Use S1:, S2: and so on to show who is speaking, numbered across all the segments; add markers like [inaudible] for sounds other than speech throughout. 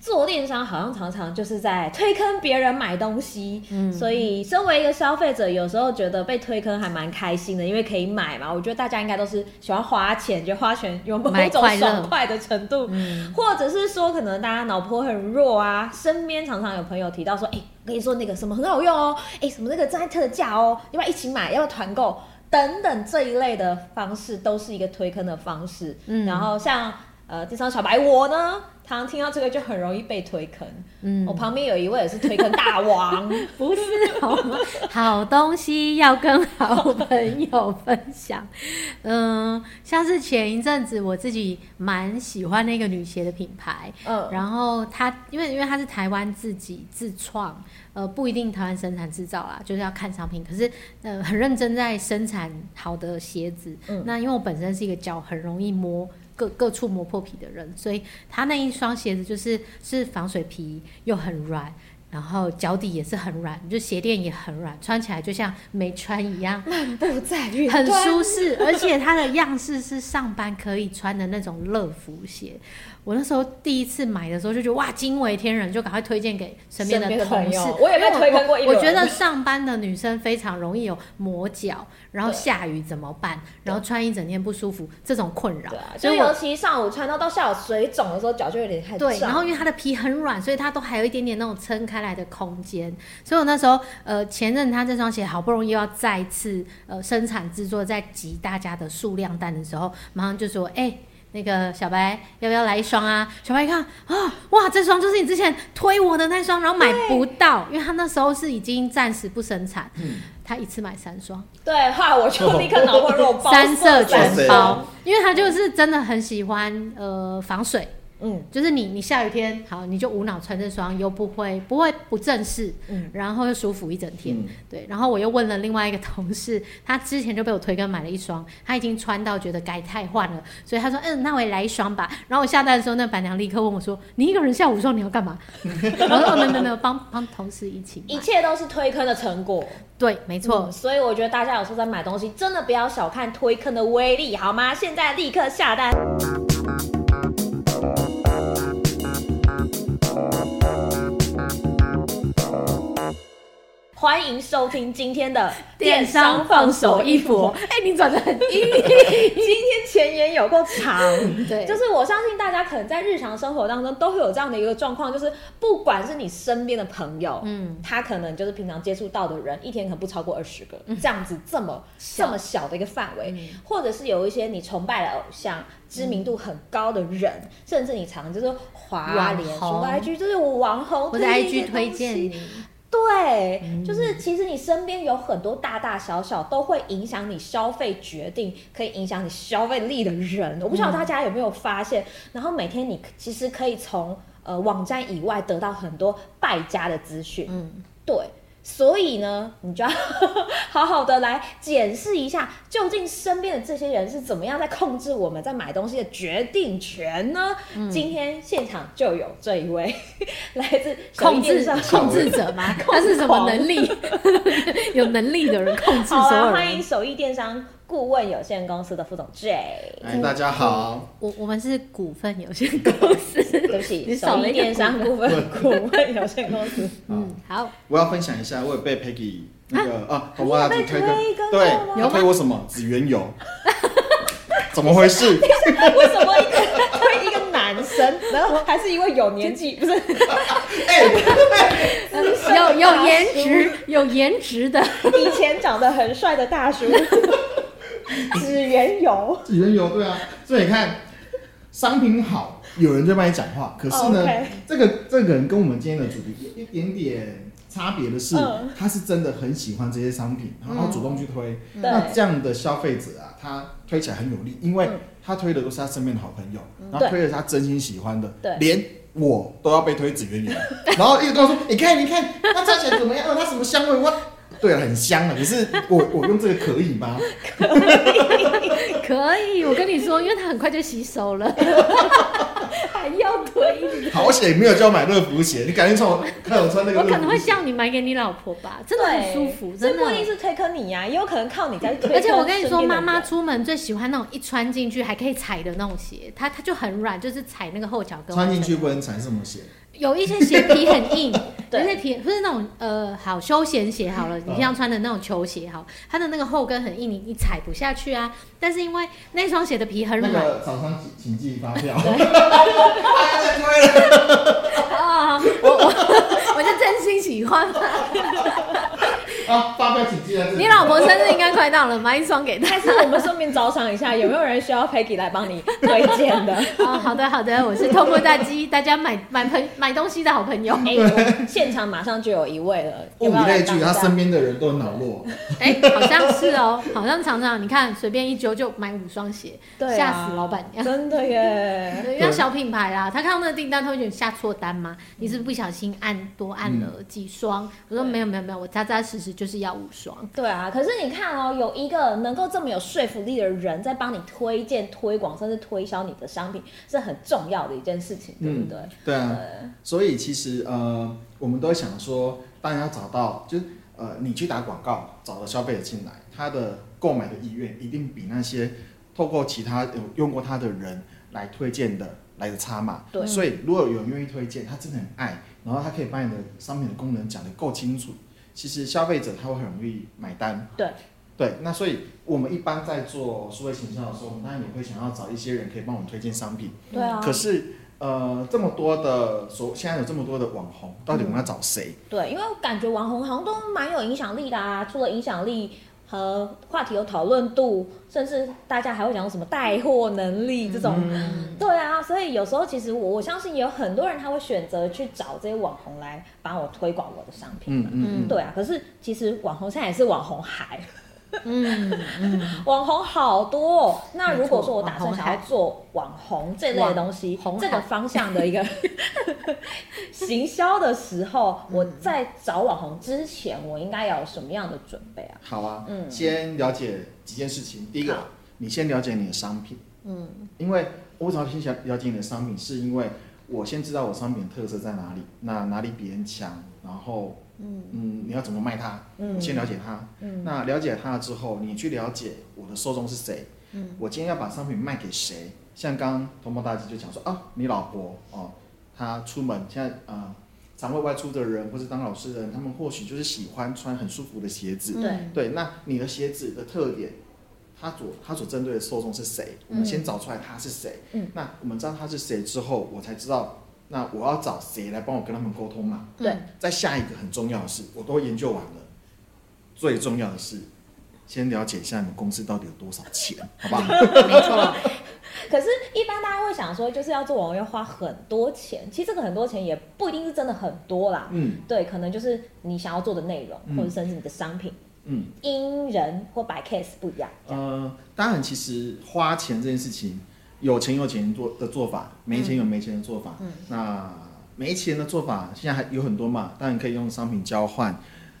S1: 做电商好像常常就是在推坑别人买东西，
S2: 嗯
S1: 所以身为一个消费者，有时候觉得被推坑还蛮开心的，因为可以买嘛。我觉得大家应该都是喜欢花钱，觉得花钱有某
S2: 买
S1: 种
S2: 快乐
S1: 爽快的程度，
S2: 嗯
S1: 或者是说可能大家脑波很弱啊。身边常常有朋友提到说，哎、我跟你说那个什么很好用哦，哎、什么那个正在特价哦，要不要一起买？要不要团购？等等这一类的方式都是一个推坑的方式。
S2: 嗯
S1: 然后像呃电商小白我呢，常常听到这个就很容易被推坑。
S2: 嗯
S1: 我旁边有一位也是推坑大
S2: [laughs]
S1: 王，
S2: 不是好吗？好东西要跟好朋友分享。嗯，像是前一阵子我自己蛮喜欢那个女鞋的品牌，
S1: 嗯，
S2: 然后它因为因为它是台湾自己自创，呃，不一定台湾生产制造啦，就是要看商品。可是呃，很认真在生产好的鞋子。
S1: 嗯
S2: 那因为我本身是一个脚很容易磨。各各处磨破皮的人，所以它那一双鞋子就是是防水皮又很软，然后脚底也是很软，就鞋垫也很软，穿起来就像没穿一样，
S1: 漫步在云
S2: 很
S1: 端
S2: 舒适， [laughs] 而且它的样式是上班可以穿的那种乐福鞋。我那时候第一次买的时候就觉得哇，惊为天人，就赶快推荐给身边
S1: 身边
S2: 的
S1: 的
S2: 同
S1: 朋
S2: 事
S1: 友。我也被
S2: 因为
S1: 推坑过一
S2: 我
S1: 轮
S2: 我觉得上班的女生非常容易有磨脚，然后下雨怎么办？然后穿一整天不舒服这种困扰
S1: 对啊，。
S2: 所
S1: 就
S2: 以我
S1: 尤其上午穿到到下午水肿的时候，脚就有点太
S2: 对，
S1: 胀
S2: 然后因为它的皮很软，所以它都还有一点点那种撑开来的空间。所以我那时候，呃，前任他这双鞋好不容易要再次呃生产制作，在集大家的数量单的时候，马上就说：“哎、那个小白要不要来一双啊？”小白一看啊，哇，这双就是你之前推我的那双，然后买不到，因为他那时候是已经暂时不生产，
S1: 嗯
S2: 他一次买三双。
S1: 对，后来我就立刻脑波弱爆，
S2: 三色全
S1: 全
S2: 包，因为他就是真的很喜欢呃防水，
S1: 嗯，
S2: 就是你你下雨天好你就无脑穿这双，又不会不会不正式，
S1: 嗯，
S2: 然后又舒服一整天，
S3: 嗯
S2: 对。然后我又问了另外一个同事，他之前就被我推坑买了一双，他已经穿到觉得该汰换了，所以他说嗯，那我也来一双吧。然后我下单的时候，那板娘立刻问我说，你一个人下午双你要干嘛？ [laughs] 我说哦没有没有没有，帮帮同事一起买
S1: 一。切都是推坑的成果。
S2: 对，没错
S1: 嗯，所以我觉得大家有时候在买东西，真的不要小看推坑的威力，好吗？现在立刻下单。欢迎收听今天的
S2: 电商放手一搏， [laughs] 哎、你转的很
S1: 今
S2: 硬。
S1: 天前言有够长，
S2: [laughs] 对
S1: 就是我相信大家可能在日常生活当中都会有这样的一个状况，就是不管是你身边的朋友，
S2: 嗯
S1: 嗯，他可能就是平常接触到的人，一天可能不超过二十个，这样子这么
S2: 嗯小
S1: 这么小的一个范围，
S2: 嗯
S1: 或者是有一些你崇拜的偶像，知名度很高的人，甚至你常就是华
S2: 嗯网
S1: 脸书、
S2: 红
S1: IG，就是我网红，
S2: 我的 IG 推
S1: 推荐
S2: 荐
S1: 一些东西
S2: 你，嗯
S1: 对，就是其实你身边有很多大大小小都会影响你消费决定，可以影响你消费力的人。我不知
S2: 嗯
S1: 道大家有没有发现，然后每天你其实可以从呃网站以外得到很多败家的资讯。
S2: 嗯，
S1: 对。所以呢，你就要好好的来检视一下，究竟身边的这些人是怎么样在控制我们在买东西的决定权呢？
S2: 嗯
S1: 今天现场就有这一位 [laughs] 来自手
S2: 控
S1: 机电
S2: 制
S1: 商
S2: 控制者
S1: [laughs]
S2: 吗？他是什么能力？ [laughs] 有能力的人控制
S1: 好
S2: 所
S1: 啦，
S2: 有
S1: 欢迎
S2: 人。
S1: 手艺电商顾问有限公司的副总 J。
S3: 哎，大家好，
S2: 我我们是股份有限公司。
S1: 对不起，
S2: [laughs] 你少
S1: 手
S2: 了
S1: 艺
S2: 一个
S1: 电商顾问顾问有限公
S2: [laughs]
S1: 司。
S2: 嗯，好，
S3: 我要分享一下，我有被 Peggy 那个啊，红袜子
S1: 你有被
S3: 推
S1: 推坑
S3: 坑，对
S1: 过吗，
S3: 他推我什么？紫原油， [laughs] 怎么回事？
S1: 为什么一个 [laughs] 对一个男生，然后还是因为有年纪，不是
S2: 呃
S1: 嗯
S2: 有有颜值，有颜值的， [laughs]
S1: [laughs] 以前长得很帅的大叔，指缘由。
S3: 紫原油，对啊，所以你看，商品好，有人就帮你讲话，可是呢
S1: 哦 OK，
S3: 这个这个人跟我们今天的主题有一点点差别的是
S1: 嗯，
S3: 他是真的很喜欢这些商品，然后主动去推，
S1: 嗯
S3: 那
S1: 对
S3: 这样的消费者啊，他推起来很有力，因为
S1: 嗯
S3: 他推的都是他身边的好朋友，然后
S1: 对
S3: 推的是他真心喜欢的，
S1: 对
S3: 连我都要被推紫圆油， [laughs] 然后一直跟我说，你看你看，它擦起来怎么样？哦它什么香味？我对了，很香啊，可是我我用这个可以吗？
S2: 可以。我跟你说，因为他很快就洗手了，还要推。
S3: [laughs] 好险没有叫我买乐福鞋，你赶紧穿我看我穿那个
S2: [laughs] 我
S3: 乐
S2: 可能
S3: 福
S2: 会
S3: 鞋。
S2: 叫你买给你老婆吧，真的很舒服，
S1: 对
S2: 真
S1: 这不一定
S2: 的。
S1: 是推坑你呀、啊也有可能靠你在推。
S2: 而且我跟你说，妈妈，出门最喜欢那种一穿进去还可以踩的那种鞋，它它就很软，就是踩那个后脚跟。
S3: 穿进去不能踩什么鞋？
S2: 有一些鞋皮很硬，有
S1: [laughs] 对嗯
S2: 一些皮不是那种呃好休闲鞋好了，你平常穿的那种球鞋好，它的那个后跟很硬，你你踩不下去啊。但是因为那双鞋的皮很
S3: 那
S2: [laughs] 软
S3: 个厂商请请寄发票， [laughs] 哎太贵了，
S2: 啊、我我我就真心喜
S1: [laughs]
S2: 欢。
S3: 啊，发票请寄来这里。
S2: 你老婆生日应该快到了，买一双给
S1: [laughs]
S2: 她。
S1: 还是我们顺便招商一下，有没有人需要 Peggy 来帮你推荐 [laughs] 的？
S2: 哦，好的好的，我是透过大
S1: [laughs]
S2: 鸡，大家买买朋买东西的好朋友。
S1: 哎、我现场马上就有一位了，
S3: 物
S1: 有
S3: 以
S1: 没有来
S3: 类
S1: 当
S3: 聚，
S1: 哦一
S3: 他
S1: 下
S3: 身边的人都很恼弱。
S2: 哎、好像是哦，好像常常你看随便一揪就买五双鞋，吓、
S1: 对啊
S2: 死老板娘。
S1: 真的耶，
S2: 对，因为小品牌啦，他看到那个订单，他会觉得下错单吗？你是不是不小心按多按了几双？我说
S1: 嗯对
S2: 没有没有没有，我扎扎实实就是要五双。
S1: 对啊。可是你看哦，有一个能够这么有说服力的人在帮你推荐、推广，甚至推销你的商品，是很重要的一件事情，对不嗯对？
S3: 对啊，所以其实呃，我们都会想说，当然要找到，就是呃，你去打广告，找了消费者进来，他的购买的意愿一定比那些透过其他有用过他的人来推荐的来的差嘛。
S1: 对
S3: 所以如果有人愿意推荐，他真的很爱，然后他可以把你的商品的功能讲得够清楚，其实消费者他会很容易买单。
S1: 对。
S3: 对，那所以我们一般在做数位形象的时候，我们当然也会想要找一些人可以帮我们推荐商品。
S1: 对啊，
S3: 可是呃，这么多的所现在有这么多的网红，到底我们要找谁？
S1: 对，因为我感觉网红好像都蛮有影响力的啊，除了影响力和话题有讨论度，甚至大家还会讲什么带货能力这种。
S3: 嗯
S1: [laughs] 对啊，所以有时候其实我我相信也有很多人他会选择去找这些网红来帮我推广我的商品。
S3: 嗯嗯嗯，
S1: 对啊，可是其实网红现在也是网红海，
S2: 嗯嗯，
S1: 网红好多、哦。那如果说我打
S2: 没
S1: 算
S2: 错网红
S1: 想
S2: 海
S1: 要做网红这类的东西
S2: 网红，海
S1: 这个方向的一
S3: [laughs]
S1: 个行销的时候，
S3: 嗯
S1: 我在找网红之前，我应该要有什么样的准备啊？
S3: 好啊，
S1: 嗯
S3: 先了解几件事情。第一个
S1: 好，
S3: 你先了解你的商品，嗯，因为我只要先想了解你的商品，是因为我先知道我商品的特色在哪里，那哪里比人强，然后嗯你要怎么卖它，
S1: 嗯
S3: 我先了解它。
S1: 嗯
S3: 那了解它了之后，你去了解我的受众是谁，嗯，我今天要把商品卖给谁？像刚刚同胞大姐就讲说啊，你老婆哦，她出门现在啊、呃常会外出的人或是当老师的人，他们或许就是喜欢穿很舒服的鞋子，
S1: 对
S2: 嗯
S3: 对，那你的鞋子的特点，它所它所针对的受众是谁？我们先找出来他是谁。
S1: 嗯，
S3: 那我们知道他是谁之后，我才知道那我要找谁来帮我跟他们沟通嘛。
S2: 嗯
S1: 对，
S3: 在下一个很重要的事，我都研究完了，最重要的是先了解一下你们公司到底有多少钱，好 [laughs] 不好？
S2: 没错，
S1: 可是，一般大家会想说，就是要做网红要花很多钱，其实这个很多钱也不一定是真的很多啦。
S3: 嗯
S1: 对，可能就是你想要做的内容，
S3: 嗯
S1: 或者甚至你的商品，
S3: 嗯，
S1: 因人或 by case 不一样。
S3: 呃，当然，其实花钱这件事情，有钱有钱做的做法，没钱有没钱的做法。嗯，那没钱的做法现在还有很多嘛，当然可以用商品交换。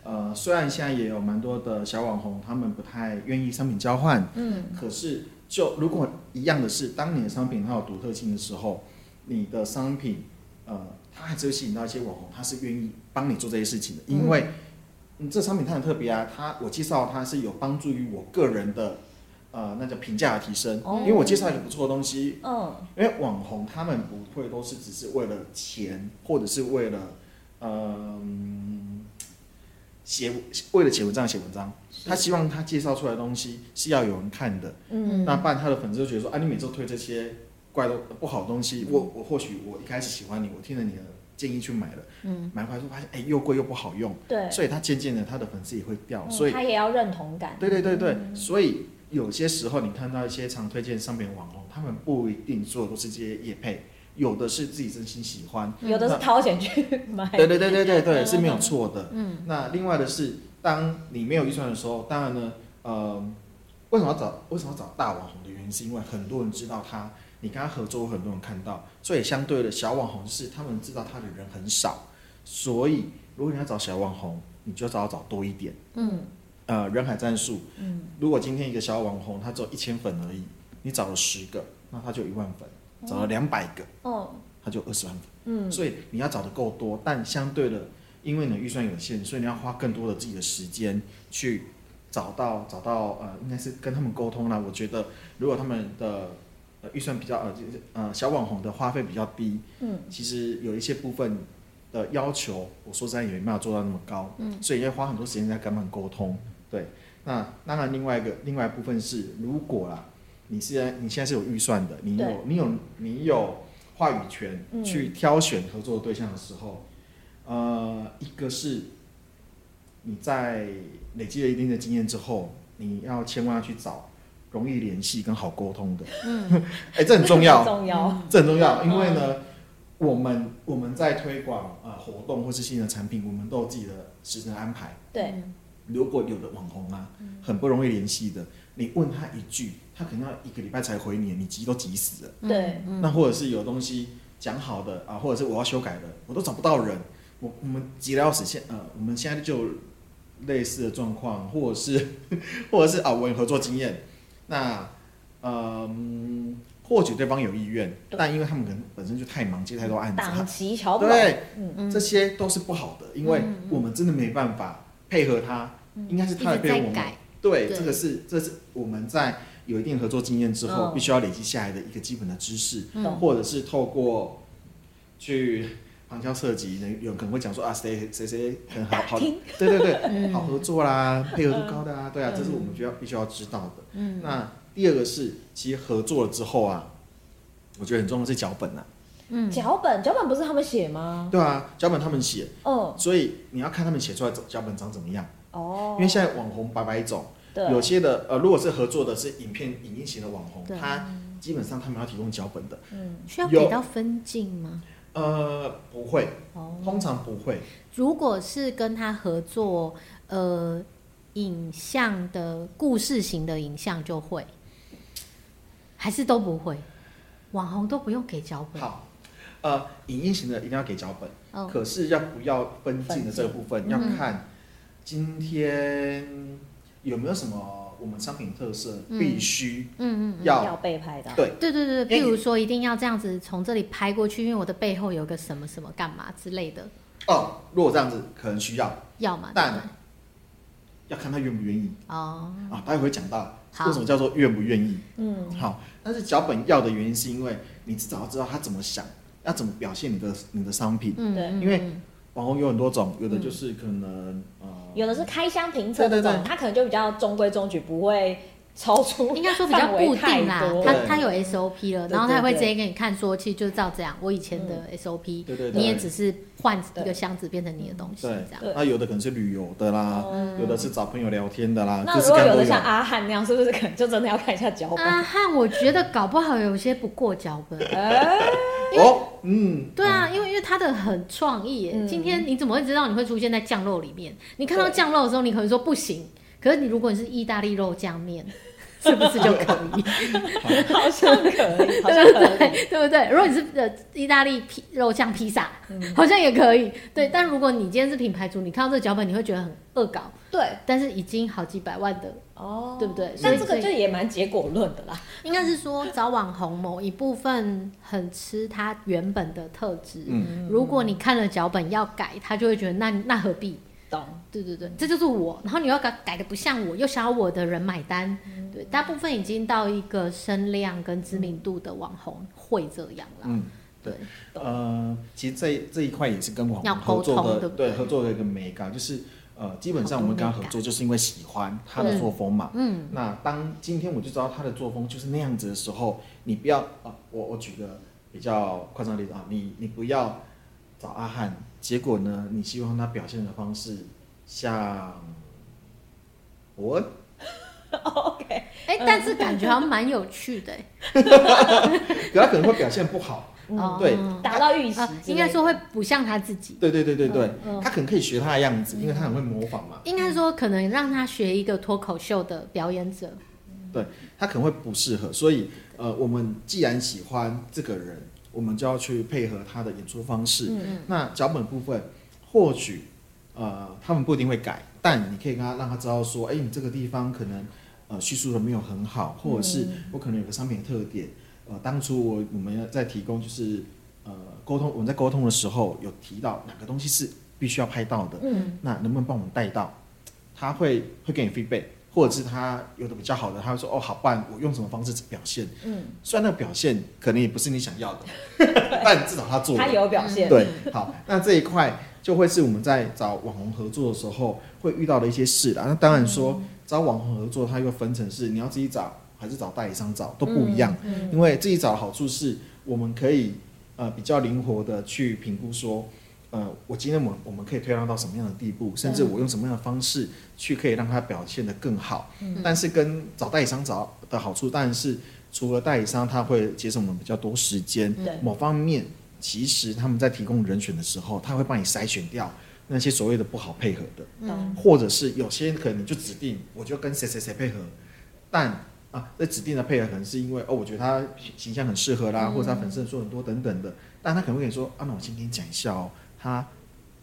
S3: 呃，虽然现在也有蛮多的小网红，他们不太愿意商品交换，
S1: 嗯，
S3: 可是就如果一样的是，当你的商品它有独特性的时候，你的商品，呃，它还是会吸引到一些网红，他是愿意帮你做这些事情的，因为你这商品它很特别啊，它我介绍它是有帮助于我个人的呃那叫评价的提升，
S1: 哦
S3: 因为我介绍一个不错的东西，
S1: 嗯，
S3: 因为网红他们不会都是只是为了钱，或者是为了呃嗯写为了写文章而写文章，他希望他介绍出来的东西是要有人看的，
S1: 嗯
S3: 那不然他的粉丝就觉得说，啊，你每周推这些怪的不好的东西，
S1: 嗯
S3: 我我或许我一开始喜欢你，我听了你的建议去买了，嗯，买回来之后发现，哎、又贵又不好用，
S1: 对，
S3: 所以他渐渐的他的粉丝也会掉，
S1: 嗯
S3: 所以
S1: 他也要认同感。
S3: 对对对对，所以有些时候你看到一些常推荐商品的网红，他们不一定做的都是这些业配，有的是自己真心喜欢，
S2: 嗯
S1: 有的是掏钱去 [laughs] 买，
S3: 对对对对对对，是没有错的。嗯，那另外的是，当你没有预算的时候，当然呢，呃，为什么要找为什么要找大网红的原因，是因为很多人知道他，你跟他合作，很多人看到，所以相对的小网红是他们知道他的人很少，所以如果你要找小网红，你就找找多一点。
S1: 嗯，
S3: 呃，人海战术。嗯，如果今天一个小网红他只有一千粉而已，你找了十个，那他就一万粉；找了两百个，
S1: 哦，
S3: 他就二十万粉。
S1: 嗯，
S3: 所以你要找的够多，但相对的，因为你的预算有限，所以你要花更多的自己的时间去找到找到呃，应该是跟他们沟通啦。我觉得如果他们的呃预算比较呃就是呃小网红的花费比较低，
S1: 嗯，
S3: 其实有一些部分的要求，我说实在也没办法做到那么高，嗯，所以要花很多时间在跟他们沟通。对，那当然另外一个另外一部分是，如果啦，你现在你现在是有预算的，你
S1: 对
S3: 有你有你有话语权
S1: 嗯
S3: 去挑选合作的对象的时候，呃，一个是你在累积了一定的经验之后，你要千万要去找容易联系跟好沟通的，嗯， [laughs] 哎、这很重
S1: [laughs]
S3: 要，
S1: 重要，
S3: 这很重要，因为呢，我们我们在推广呃活动或是新的产品，我们都有自己的时程安排。
S1: 对，
S3: 如果有的网红啊，很不容易联系的，你问他一句，他可能要一个礼拜才回你，你急都急死了。
S2: 嗯
S1: 对，
S3: 那或者是有东西讲好的啊，或者是我要修改的，我都找不到人，我我们急得要死。现呃，我们现在就有类似的状况，或者是 [laughs] 或者是啊，我有合作经验，那嗯，或许对方有意愿，
S1: 对
S3: 但因为他们可能本身就太忙，接太多案子，
S1: 党籍桥本，
S3: 嗯对，
S1: 嗯
S3: 这些都是不好的，因为我们真的没办法配合他，应该是
S2: 一
S3: 他来
S2: 直
S3: 配合我
S2: 在
S3: 们。
S2: 改，
S3: 对，
S2: 对
S3: 这个是这是我们在有一定合作经验之后，
S1: 嗯
S3: 必须要累积下来的一个基本的知识，
S1: 懂
S3: 或者是透过去旁敲侧击，人有人可能会讲说啊，谁谁谁很好
S1: 打
S3: 好，
S1: 听，
S3: 对对对，
S2: 嗯
S3: 好合作啦，配合度高的啊，对啊，
S1: 嗯
S3: 这是我们需要必须要知道的。嗯，那第二个是，其实合作了之后啊，我觉得很重要的是脚本啊，
S2: 嗯
S1: 脚本，脚本不是他们写吗？
S3: 对啊，脚本他们写，
S1: 嗯，
S3: 所以你要看他们写出来的脚本长怎么样，
S1: 哦
S3: 因，为现在网红百百种。
S1: 对，
S3: 有些的呃，如果是合作的是影片影音型的网红
S2: 对，
S3: 他基本上他们要提供脚本的，
S1: 嗯，
S2: 需要
S3: 有
S2: 给到分镜吗？
S3: 呃，不会，
S2: 哦，
S3: 通常不会，
S2: 如果是跟他合作，呃，影像的故事型的影像就会，还是都不会，网红都不用给脚本。
S3: 好，呃，影音型的一定要给脚本，
S2: 嗯，
S3: 可是要不要分镜的这个部分要
S2: 嗯
S3: 看今天有没有什么我们商品特色
S2: 嗯
S3: 必须
S2: 嗯嗯嗯，
S3: 要
S1: 要被拍到，
S3: 对
S2: 对对对对，
S3: 因
S2: 譬
S3: 为
S2: 如说一定要这样子从这里拍过去，因为我的背后有个什么什么干嘛之类的，
S3: 哦，如果这样子可能需要，
S2: 要嘛，对
S3: 但
S2: 不对？
S3: 要看他愿不愿意
S2: 哦，
S3: 啊，待会会讲到
S2: 好
S3: 为什么叫做愿不愿意。
S1: 嗯，
S3: 好，但是脚本要的原因是因为你至少要知道他怎么想，要怎么表现你的你的商品。
S2: 嗯，
S1: 对
S2: 嗯
S3: 因为
S2: 嗯
S3: 网红有很多种，有的就是可能、
S1: 嗯
S3: 呃
S1: 有的是开箱评测这
S3: 对对对
S1: 种，他可能就比较中规中矩，不会超出
S2: 应该说比较固
S1: 范围
S2: 定啦啊
S1: 太，多
S2: 他
S3: 对
S2: 他有 SOP 了，
S1: 对
S2: 然后他也会
S1: 对
S2: 直
S1: 对
S2: 接给你看说，其实就照这样，我以前的 SOP，
S3: 对对对
S2: 你也只是换一个箱子变成你的东西
S3: 对
S2: 这样，
S1: 对
S3: 那有的可能是旅游的啦，
S1: 嗯
S3: 有的是找朋友聊天的啦，
S1: 那
S3: 各
S1: 如
S3: 式
S1: 果
S3: 各样
S1: 有
S3: 都
S1: 的像阿汉那样，是不是可能就真的要看一下脚本？
S2: 阿啊汉，我觉得搞不好有些不过脚本。 [laughs]
S1: 哎
S3: 哦，嗯，
S2: 对啊，因为因为他的很创意耶。
S1: 嗯
S2: 今天你怎么会知道你会出现在酱肉里面？你看到
S1: 对
S2: 酱肉的时候，你可能说
S1: [laughs]
S2: 不行，可是你如果你是意大利肉酱面， [laughs] 是不是就可以？
S1: 好像可以，
S2: [laughs]
S1: 啊好像
S2: 对
S1: 可
S2: 不
S1: 以。
S2: 对？对不对？如果你是呃意大利披肉酱披萨，
S1: 嗯
S2: 好像也可以。对，但如果你今天是品牌主，你看到这个脚本，你会觉得很恶搞，
S1: 对，
S2: 但是已经好几百万的，
S1: 哦，
S2: 对不对所
S1: 但
S2: 以
S1: 这个就也蛮结果论的啦。
S2: 应该是说找网红某一部分很吃他原本的特质。
S3: 嗯，
S2: 如果你看了脚本要改，他就会觉得那那何必？
S1: 懂， [laughs]
S2: 对对对，这就是我。然后你要改改的不像我，又想要我的人买单。
S3: 嗯
S2: 对，大部分已经到一个声量跟知名度的网红会这样啦。
S3: 嗯，
S2: 对，
S3: 呃，其实这这一块也是跟网
S2: 要
S3: 红合
S2: 沟
S3: 作
S2: 通
S3: 的，
S2: 对不对哦
S3: 合作的一个美感，就是呃，基本上我们跟他合作就是因为喜欢他的作风嘛。
S2: 嗯，
S3: 那当今天我就知道他的作风就是那样子的时候，你不要啊、我我举个比较夸张的例子啊，你你不要找阿汉，结果呢，你希望他表现的方式像我
S1: OK，
S2: 哎、
S3: 嗯
S2: 但是感觉好像蛮有趣
S3: [laughs]
S2: 的、欸。
S3: 可他可能会表现不好，
S2: 哦
S3: 嗯对
S1: 达到预期
S2: 啊，
S1: 之类的
S2: 应该说会不像他自己，
S3: 对对对对对，
S2: 嗯嗯嗯
S3: 他可能可以学他的样子，因为他很会模仿嘛，
S2: 应该说可能让他学一个脱口秀的表演者。
S3: 他可能会不适合，所以呃，我们既然喜欢这个人，我们就要去配合他的演出方式。
S1: 嗯
S3: 那脚本部分，或许呃他们不一定会改，但你可以跟他让他知道说，哎、你这个地方可能呃叙述的没有很好，或者是
S1: 嗯
S3: 我可能有个商品的特点，呃，当初我我们要在提供就是呃沟通，我们在沟通的时候有提到哪个东西是必须要拍到的，
S1: 嗯，
S3: 那能不能帮我们带到？他会会给你 feedback，或者是他有的比较好的，他会说哦，好办，我用什么方式表现？
S1: 嗯，
S3: 虽然那个表现可能也不是你想
S1: [laughs]
S3: 要的，但至少他做了
S1: 他。有表现，
S3: 对，好，那这一块就会是我们在找网红合作的时候会遇到的一些事啦。那当然说
S1: 嗯
S3: 找网红合作，它又分成是你要自己找还是找代理商找都不一样，
S1: 嗯
S3: 因为自己找的好处是我们可以呃比较灵活的去评估说。呃，我今天我我们可以推让到什么样的地步，
S1: 嗯
S3: 甚至我用什么样的方式去可以让它表现得更好。
S1: 嗯
S3: 但是跟找代理商找的好处，当然是除了代理商他会节省我们比较多时间，
S1: 对
S3: 某方面，其实他们在提供人选的时候，他会帮你筛选掉那些所谓的不好配合的，
S1: 懂
S3: 或者是有些可能你就指定我就跟谁谁谁配合，但啊，这指定的配合可能是因为哦，我觉得他形象很适合啦，
S1: 嗯
S3: 或者他粉丝人数很多等等的，但他可能会跟你说啊，那我先跟你讲一下哦，他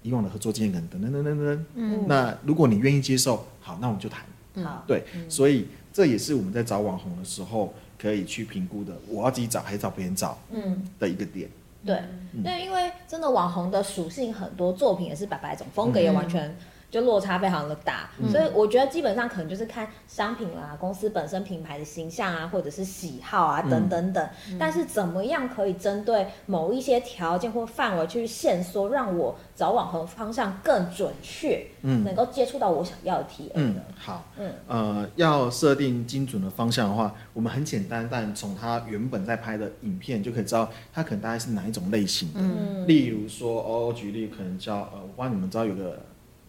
S3: 以往的合作经验等等等等等等，
S1: 嗯
S3: 那如果你愿意接受，好，那我们就谈。
S1: 好，
S3: 对，所以这也是我们在找网红的时候可以去评估的，我要自己找还是找别人找
S1: 嗯，
S3: 的一个点。
S1: 对，
S3: 嗯
S1: 对，因为真的网红的属性很多，作品也是百百种，风格
S3: 嗯
S1: 也完全就落差非常的大，所以我觉得基本上可能就是看商品啦、公司本身品牌的形象啊，或者是喜好啊
S3: 嗯
S1: 等等等。但是怎么样可以针对某一些条件或范围去限缩，让我找网红方向更准确，
S3: 嗯
S1: 能够接触到我想要的 TA
S3: 嗯
S1: 呢？，
S3: 好，
S1: 嗯
S3: 呃，要设定精准的方向的话，我们很简单，但从他原本在拍的影片就可以知道他可能大概是哪一种类型的。
S1: 嗯
S3: 例如说，哦，我举例可能叫呃，我不知道你们知道有个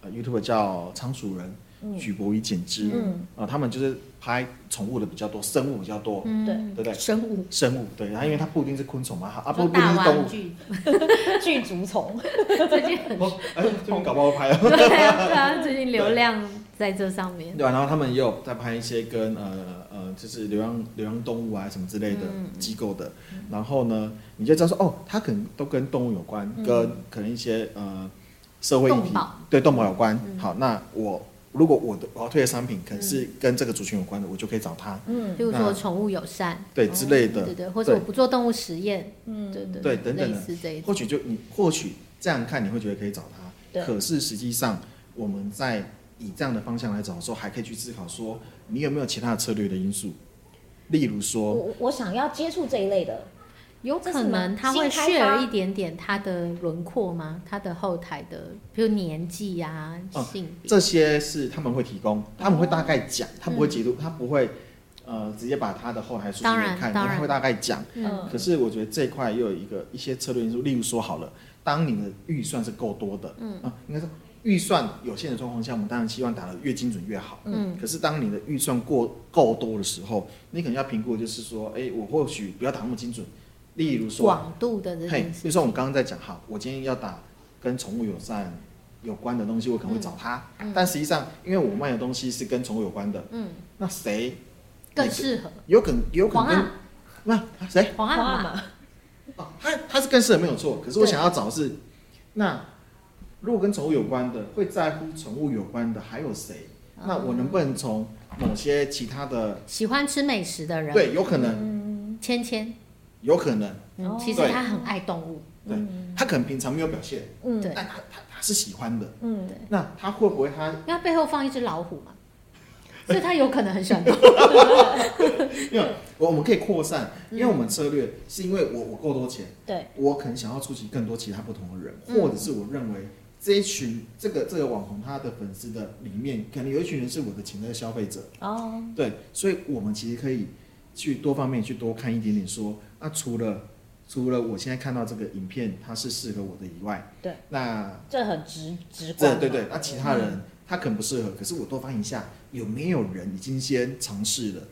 S3: 呃 YouTube 叫仓鼠人，许博宇剪枝，
S1: 嗯
S3: 啊、他们就是拍宠物的比较多，生物比较多，
S1: 对
S3: 嗯对不对？
S2: 生物
S3: 生物对，它因为它不一定是昆虫嘛，啊不
S2: 说
S3: 不一定
S2: 大
S3: 是动
S2: 玩
S3: 物，
S2: 具， [laughs]
S1: [laughs] 巨竹嗯虫，
S2: 最近很
S3: 哦，哎，这边搞不好拍了。
S2: 对啊，对啊，最近流量在这上面，
S3: 对啊，然后他们也有在拍一些跟呃呃，就是流浪流浪动物啊什么之类的
S2: 嗯
S3: 机构的，然后呢，你就知道说哦，它可能都跟动物有关，跟可能一些呃社会议
S2: 嗯动
S3: 题
S2: 保嗯
S3: 对动保有关。好，那我如果我的我要推的商品可能是跟这个族群有关的，我就可以找它，
S1: 嗯
S2: 比如说宠物友善，
S3: 对之类的，
S2: 哦对对，或者我不做动物实验，
S1: 嗯，
S2: 对对
S3: 对等等
S2: 类
S3: 的
S2: 似这一种，
S3: 或许就你或许这样看你会觉得可以找
S1: 对
S3: 他，可是实际上我们在以这样的方向来找的时候，还可以去思考说你有没有其他的策略的因素，例如
S1: 我
S3: 说，
S1: 我我想要接触这一类的，
S2: 有可能他会
S1: 这是什么新开发
S2: share 一点点他的轮廓吗？他的后台的，比如年纪啊、
S3: 嗯
S2: 性别，
S3: 这些是他们会提
S2: 哦
S3: 供，他们会大概讲，他不会解读，他不会呃直接把他的后台数据
S2: 嗯
S3: 给
S2: 当然
S3: 你看，
S2: 当然
S3: 他会大概讲。
S1: 嗯
S3: 可是我觉得这一块又有一个一些策略因素，例如说好了，当你的预算是够多的，嗯啊，应该说预算有限的状况下，我们当然希望打得越精准越好，
S2: 嗯，
S3: 可是当你的预算过够多的时候，你可能要评估，就是说，哎、我或许不要打那么精准，例如说，啊
S2: 广度的这
S3: 嘿，
S2: 件
S3: 比
S2: 事
S3: 如说我们刚刚在讲，好，我今天要打跟宠物友善有关的东西，我可能会找他，但实际上，因为我卖的东西是跟宠物有关的，
S2: 嗯，
S3: 那谁
S2: 更适合
S3: 有可能有可
S2: 黄
S3: 能跟
S2: 阿
S3: 那啊谁？
S2: 黄
S1: 方
S2: 阿
S1: 案
S2: 玛，
S1: 嘛，
S3: 哦，他他是更适合没有错，可是我想要找的是，那如果跟宠物有关的，会在乎宠物有关的还有谁？啊那我能不能从某些其他的？
S2: 喜欢吃美食的人，
S3: 对，有可能，
S1: 嗯
S2: 芊芊，
S3: 有可能，
S2: 嗯
S1: 哦，
S2: 其实
S3: 对
S2: 他很爱动物，
S3: 对他可能平常没有表现，
S1: 嗯
S2: 对
S3: 但他他他是喜欢的。
S1: 嗯，
S3: 那他会不会他
S2: 因为他背后放一只老虎嘛，所以他有可能很喜欢动物。
S3: 因为我我们可以扩散，因为我们策略是因为我我够多钱，
S1: 对，
S3: 我可能想要触及更多其他不同的人，
S2: 嗯
S3: 或者是我认为这一群这个这个网红他的粉丝的里面，可能有一群人是我的潜在消费者，
S1: 哦，
S3: 对，所以我们其实可以去多方面去多看一点点说，那除了除了我现在看到这个影片它是适合我的以外，
S1: 对，
S3: 那
S1: 这很直直观嗯
S3: 这
S1: 嘛，
S3: 对对，那其他人他可能不适合，可是我多翻一下，有没有人已经先尝试了，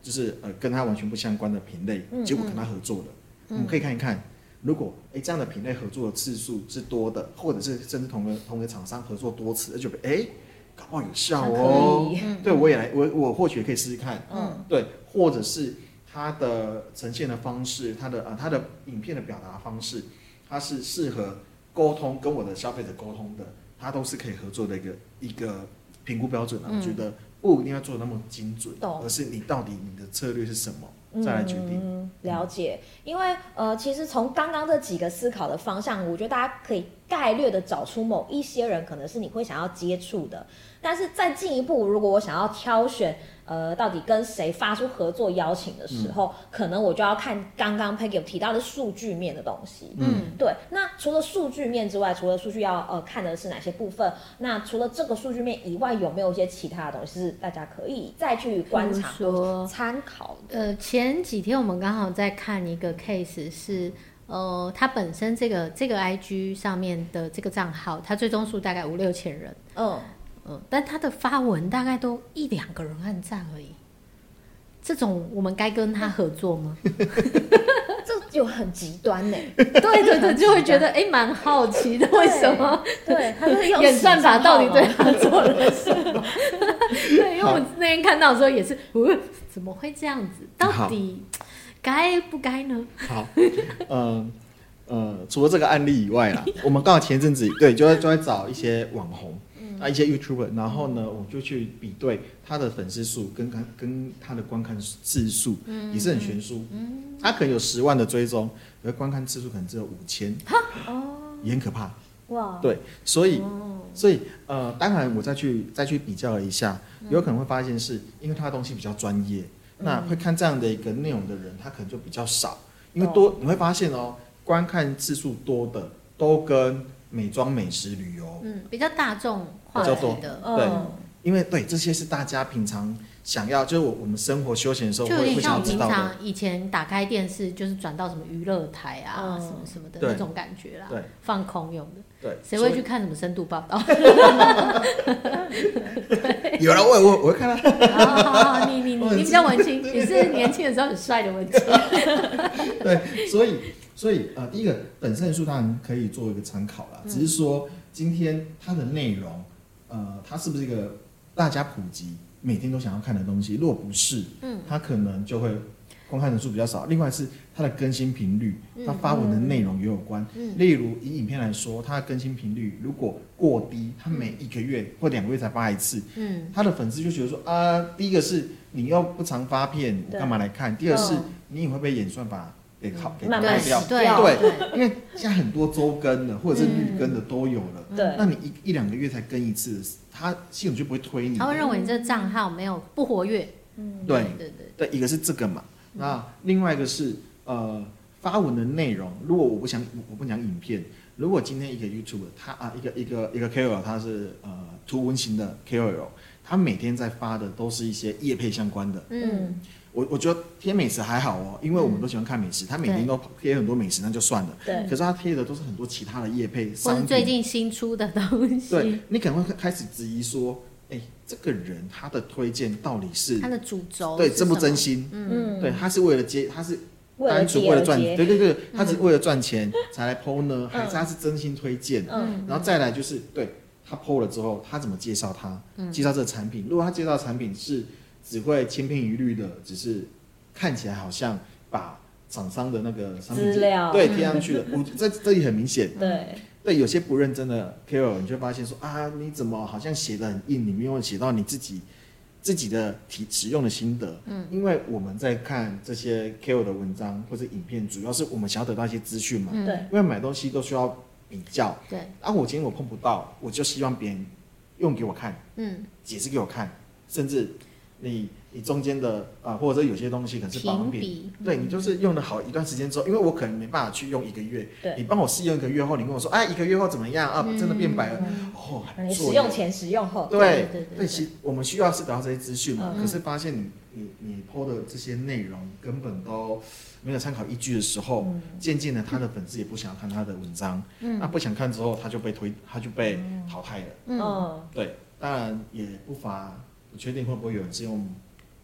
S3: 就是呃跟他完全不相关的品类，
S1: 嗯
S3: 结果跟他合作了，我们可以看一看。如果哎这样的品类合作的次数是多的，或者是甚至同个同个厂商合作多次，那就哎搞不好有效
S1: 好
S3: 哦。
S1: 可以，
S3: 对，我也来，我我或许也可以试试看。
S1: 嗯
S3: 对，或者是它的呈现的方式，它的呃它的影片的表达方式，它是适合沟通跟我的消费者沟通的，它都是可以合作的一个一个评估标准啊。我觉得不一定要做得那么精准，
S1: 嗯懂
S3: 而是你到底你的策略是什么，
S1: 嗯，
S3: 再来决定。
S1: 嗯了解，因为呃，其实从刚刚这几个思考的方向，我觉得大家可以概略的找出某一些人可能是你会想要接触的，但是再进一步，如果我想要挑选呃到底跟谁发出合作邀请的
S3: 嗯
S1: 时候，可能我就要看刚刚 Peggy 有提到的数据面的东西。
S2: 嗯，
S1: 对，那除了数据面之外，除了数据要呃看的是哪些部分？那除了这个数据面以外，有没有一些其他的东西是大家可以再去观察
S2: 比如
S1: 或
S2: 说
S1: 参考的？
S2: 呃，前几天我们刚好在看一个 case 是，呃，他本身这个这个 IG 上面的这个账号，他最终数大概五六千人，
S1: 嗯，
S2: 嗯、但他的发文大概都一两个人按赞而已。这种我们该跟他合作吗？ [laughs]
S1: 这就很极端呢、
S2: 对对对，就会觉得哎，蛮好奇的，为什么
S1: [laughs] 对，他就是用
S2: 演算法到底对
S1: 实际
S2: 他做了什么？ [laughs] 对，因为我那天看到的时候也是，呃，怎么会这样子？到底该不该呢？
S3: 好，呃呃，除了这个案例以外啦，我们刚好前阵子对就在就在找一些网红。啊，一些 YouTuber，然后呢，我就去比对他的粉丝数跟他跟他的观看次数，也是很悬殊。他可能有十万的追踪，而观看次数可能只有五千，也很可怕。
S2: 哦
S1: 哇，
S3: 对，所以，所以，呃，当然我再去再去比较了一下，
S2: 嗯
S3: 有可能会发现是因为他的东西比较专业，那会看这样的一个内容的人，他可能就比较少，因为多你会发现哦，观看次数多的都跟美妆、美食、旅游，
S2: 嗯，比较大众化
S3: 比较多
S2: 题的，哦
S1: 嗯
S3: 因为对这些是大家平常想要，就是我我们生活休闲的时候
S2: 就有
S3: 会
S2: 点
S3: 会
S2: 像我
S3: 想要知
S2: 平
S3: 道的，
S2: 常以前打开电视就是转到什么娱乐台啊、
S1: 嗯
S2: 什么什么的
S3: 对
S2: 那种感觉啦，
S3: 对
S2: 放空用的，
S3: 对，
S2: 谁
S3: 所
S2: 会
S3: 以
S2: 去看什么深度报
S3: [laughs]
S2: 道？
S3: 有了，我也我也我会看他，
S2: 好好好，哦你你你
S3: 我很
S2: 你比较文
S3: [laughs]
S2: 青，你是年轻的时候很帅的文青，
S3: [laughs] 对，所以所以呃，第一个本身的数当然可以做一个参考
S2: 嗯
S3: 啦，只是说今天它的内容，呃，它是不是一个大家普及每天都想要看的东西？若不是，
S2: 嗯，
S3: 它可能就会观看人数比较少。另外是它的更新频率，它发文的内容也有关。
S2: 嗯
S3: 例如以影片来说，它的更新频率如果过低，它每一个月或两个月才发一次，
S2: 嗯，
S3: 他的粉丝就觉得说啊，第一个是你又不常发片，我
S1: 对
S3: 干嘛来看？第二是
S1: 嗯
S3: 你也会被演算法给考给
S1: 慢
S3: 淘
S1: 慢
S2: 对
S3: 汰掉
S1: 洗，掉
S2: 对对，
S3: 因为现在很多周更的或者是
S2: 嗯
S3: 绿更的都有了，
S1: 嗯对
S3: 那你一一两个月才更一次，他系统就不会推你
S2: 他。会认为你这账号没有不活跃，
S3: 对
S2: 对对，
S3: 对，一个是这个嘛，
S1: 嗯
S3: 那另外一个是呃发文的内容。如果我不想我不讲影片，如果今天一个 YouTube 他啊一个一个一个 KOL 他是呃图文型的 KOL，他每天在发的都是一些业配相关的。
S2: 嗯，
S3: 我我觉得贴美食还好哦，因为我们都喜欢看美食，他每
S2: 对
S3: 天都贴很多美食，那就算了。
S1: 对
S3: 可是他贴的都是很多其他的业配
S2: 或是
S3: 商
S2: 最
S3: 品，
S2: 近新出的东西，
S3: 对你可能会开始质疑说，哎，这个人他的推荐到底是
S2: 它的主轴
S3: 对
S2: 是
S3: 真不
S2: 什么
S3: 真心？
S2: 嗯，
S1: 嗯，
S3: 对，，他是为了接，他是
S1: 为了
S3: 单纯
S1: 接
S3: 为
S1: 而
S3: 了赚，
S1: 接，
S3: 对对对，他
S2: 嗯
S3: 只是为了赚钱才来 PO 呢，还是
S1: 嗯
S3: 他是真心推荐？
S1: 嗯
S3: 然后再来就是对他 PO 了之后，他怎么介绍他，介绍这个产品。如果他介绍的产品是只会千篇一律的，只是看起来好像把厂商的那个商品
S1: 资
S3: 介
S1: 料
S3: 对贴上去了，我这这里很明
S2: 嗯
S3: 显。
S1: 对，
S3: 对有些不认真的 KOL，你就会发现说啊，你怎么好像写的很硬，你没有写到你自己自己的体使用的心得。嗯，因为我们在看这些 KOL 的文章或者影片，主要是我们想要得到一些资讯嘛。
S2: 嗯
S1: 对
S3: 因为买东西都需要比较，
S2: 对，
S3: 啊，我今天我碰不到，我就希望别人用给我看，
S2: 嗯，
S3: 解释给我看，甚至你你中间的啊、或者是有些东西可能是保养
S2: 评
S3: 品，
S2: 比，
S3: 对你就是用了好一段时间之后，因为我可能没办法去用一个月，
S1: 对
S3: 你帮我试用一个月后，你跟我说，哎，一个月后怎么样啊？
S2: 嗯
S3: 真的变白了，哦，还
S1: 你
S3: 不
S1: 使
S3: 错
S1: 用
S3: 耶。
S1: 前使用后，
S3: 对
S2: 对对对对
S3: 其实我们需要是得到这些资讯嘛。
S1: 嗯
S3: 可是发现你你你 PO 的这些内容根本都没有参考依据的时候，
S1: 嗯
S3: 渐渐的他的粉丝也不想看他的文章，那不想看之后他就被推，他就被淘汰了。
S2: 嗯
S1: 嗯，
S3: 对，当然也不乏，不确定会不会有人是用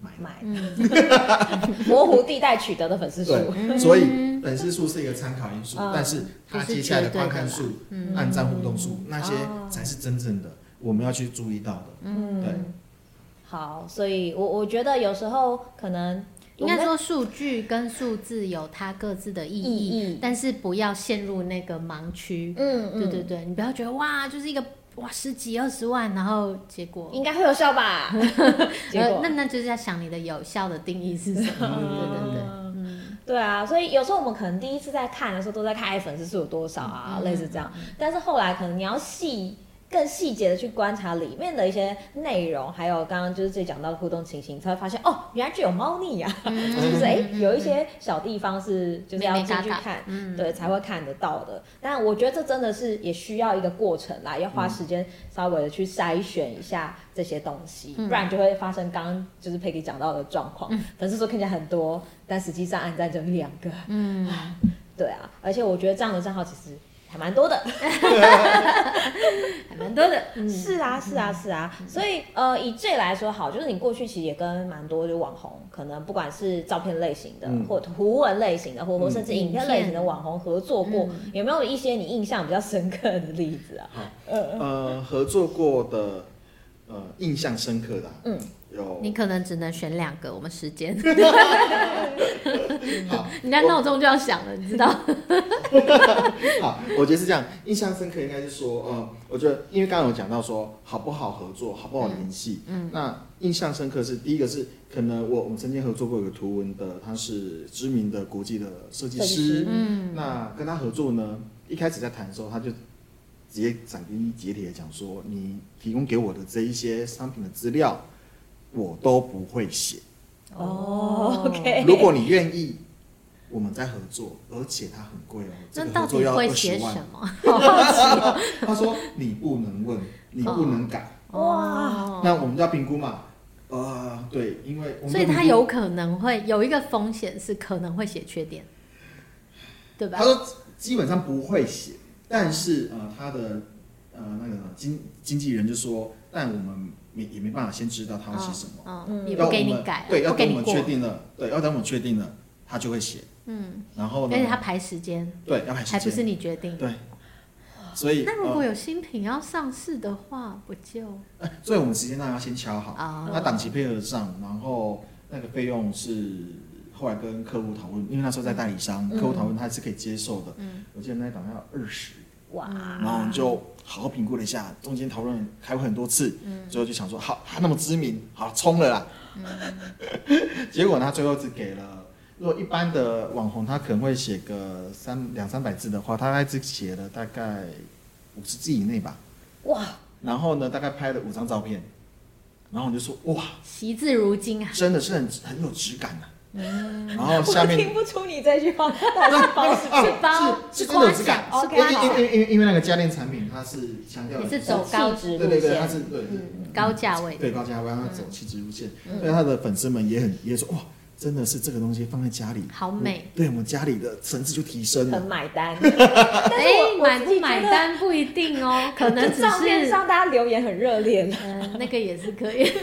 S3: 买的。
S1: 买
S2: 嗯，
S1: [laughs] 模糊地带取得的粉丝数，
S2: 嗯哦
S3: 对，所以粉丝数是一个参考因素，
S1: 嗯
S3: 但是它接下来的观看数、
S2: 嗯
S3: 按赞互动数那些
S1: 哦
S3: 才是真正的我们要去注
S2: [laughs]
S3: 意到的。
S1: 嗯，
S3: 对，
S1: 好，所以我我觉得有时候可能
S2: 应该
S1: 我们
S2: 说数据跟数字有它各自的意义，
S1: 意义，
S2: 但是不要陷入那个盲区。
S1: 嗯嗯，
S2: 对对对，你不要觉得哇，就是一个哇十几二十万，然后结果
S1: 应该会有效
S2: [laughs]
S1: 吧？结
S2: 呃
S1: 果，
S2: 那那就是要想你的有效的定义是什么？对对对，
S1: [laughs] 嗯
S2: 嗯，
S1: 对啊，所以有时候我们可能第一次在看的时候都在看哎粉丝数有多少啊，
S2: 嗯
S1: 类似这样。但是后来可能你要细更细节的去观察里面的一些内容，还有刚刚就是自己讲到的互动情形，才会发现哦，原来这有猫腻啊， [laughs]
S2: 嗯
S1: 就是哎、有一些小地方是就是要
S2: 没没
S1: 进
S2: 嘎
S1: 去
S2: 嘎
S1: 看，
S2: 嗯
S1: 对才会看得到的。但我觉得这真的是也需要一个过程啦，要
S2: 嗯
S1: 花时间稍微的去筛选一下这些东西，
S2: 嗯
S1: 不然就会发生刚刚就是 Peggy 讲到的状况，粉丝说看起来很多，但实际上按赞只有一两个，
S2: 嗯，
S1: 对啊，而且我觉得这样的账号其实还蛮
S2: [laughs]
S1: 多的。
S2: 还蛮多的，嗯，
S1: 是啊，是啊，是啊。所以呃，以这来说好，就是你过去其实也跟蛮多就网红，可能不管是照片类型的，
S3: 嗯
S1: 或图文类型的，或或
S3: 嗯
S1: 甚至影片
S2: 影片
S1: 类型的网红合作过，有没有一些你印象比较深刻的例子啊？
S3: 呃，合作过的呃印象深刻的啊、
S1: 嗯
S3: 有
S2: 你可能只能选两个，我们时
S1: [laughs]
S2: 间，
S3: 好，
S2: 你家闹钟就要响了，你知道？
S3: 好，我觉得是这样，印象深刻应该是说，呃，我觉得因为刚刚有讲到说好不好合作，好不好联系，嗯，那印象深刻是第一个是可能我我们曾经合作过有个图文的，他是知名的国际的设计
S1: 设计师
S3: 师，
S2: 嗯
S3: 那跟他合作呢，一开始在谈的时候他就。直接斩钉截铁的讲说，你提供给我的这一些商品的资料，我都不
S2: [laughs]
S3: 会写。
S1: 哦，OK，
S3: 如果你愿意，我们再合作，而且它很贵哦，这
S2: 那
S3: 个
S2: 到
S3: 合作
S2: 底
S3: 要
S2: 会
S3: 二
S2: 写
S3: 十万
S2: 什。么？好好奇哦
S3: [laughs] 他说你不能问，你不能改。
S2: 哦
S1: 哇
S3: 那我们要评估嘛？呃，对，因为我们
S2: 嗯所以
S3: 要评估
S2: 他有可能会有一个风险是可能会写缺点，对吧
S3: 他？说基本上不会写，但是呃，他的呃那个经经纪人就说，但我们没也没办法先知道他会写什么，
S2: 嗯，
S1: 嗯
S2: 也
S3: 要
S2: 不给
S3: 我
S2: 你
S3: 们
S2: 改，
S3: 对，要
S2: 不给
S3: 等我
S2: 你
S3: 们
S2: 过
S3: 确，定了，对，要等我们确定了，他就会写，
S2: 嗯，
S3: 然后
S2: 而
S3: 呢，
S2: 且他排时间，
S3: 对要排时
S2: 还
S3: 间，
S2: 不是你决定。
S3: 对，所以
S2: 那如
S3: 呃
S2: 果有新品要上市的话，不就
S3: 所以我们时间上要先敲好，
S2: 啊？
S3: 那档期配合上，然后那个费用是后来跟客户讨论，因为那时候在代理商，
S1: 嗯
S3: 客户讨论他是可以接受的。
S2: 嗯
S3: 我记得那一档要二十，
S1: 哇，
S3: 然后我们就好好评估了一下，中间讨论开会很多次，最后就想说，好，他那么知名，好冲了啦。 [laughs] 结果呢，他最后只给了。如果一般的网红，他可能会写个三两三百字的话，他大概只写了大概五十字以内吧。
S1: 哇，
S3: 然后呢，大概拍了五张照片，然后我就说哇，
S2: 惜字如金啊！
S3: 真的是很很有质感的、然后下
S1: 我
S3: 面啊
S1: 听
S2: [laughs]
S1: 不出你这句话到底是包什么。
S2: 嗯是包
S3: 是
S2: 是
S3: 是真的
S2: 夸
S3: 有质感
S2: 奖，
S1: 哦
S2: 是
S3: 因
S2: 夸
S3: 因因
S2: 奖，
S3: 因因因为那个家电产品它是强调
S2: 你
S3: 的
S2: 是
S3: 是
S2: 走高值路
S3: 对对对，它
S2: 线，
S3: 是对对
S1: 嗯
S2: 高价位的，
S3: 对高价位，它走气质路线，
S2: 嗯
S3: 所以他的粉丝们也很也说哇，真的是这个东西放在家里
S2: 好美。
S3: 对我们家里的层次就提升
S1: 很
S3: 了。
S1: 买单，但是我我
S2: 哎买
S1: 自
S2: 不
S1: 己
S2: 买
S1: 觉得
S2: 单不一定哦，
S1: [laughs]
S2: 可能
S1: 就
S2: 只
S1: 照片
S2: 是
S1: 上大家留言很热烈了。
S2: 嗯，那个也是可
S3: [laughs]
S2: 以。
S1: [laughs]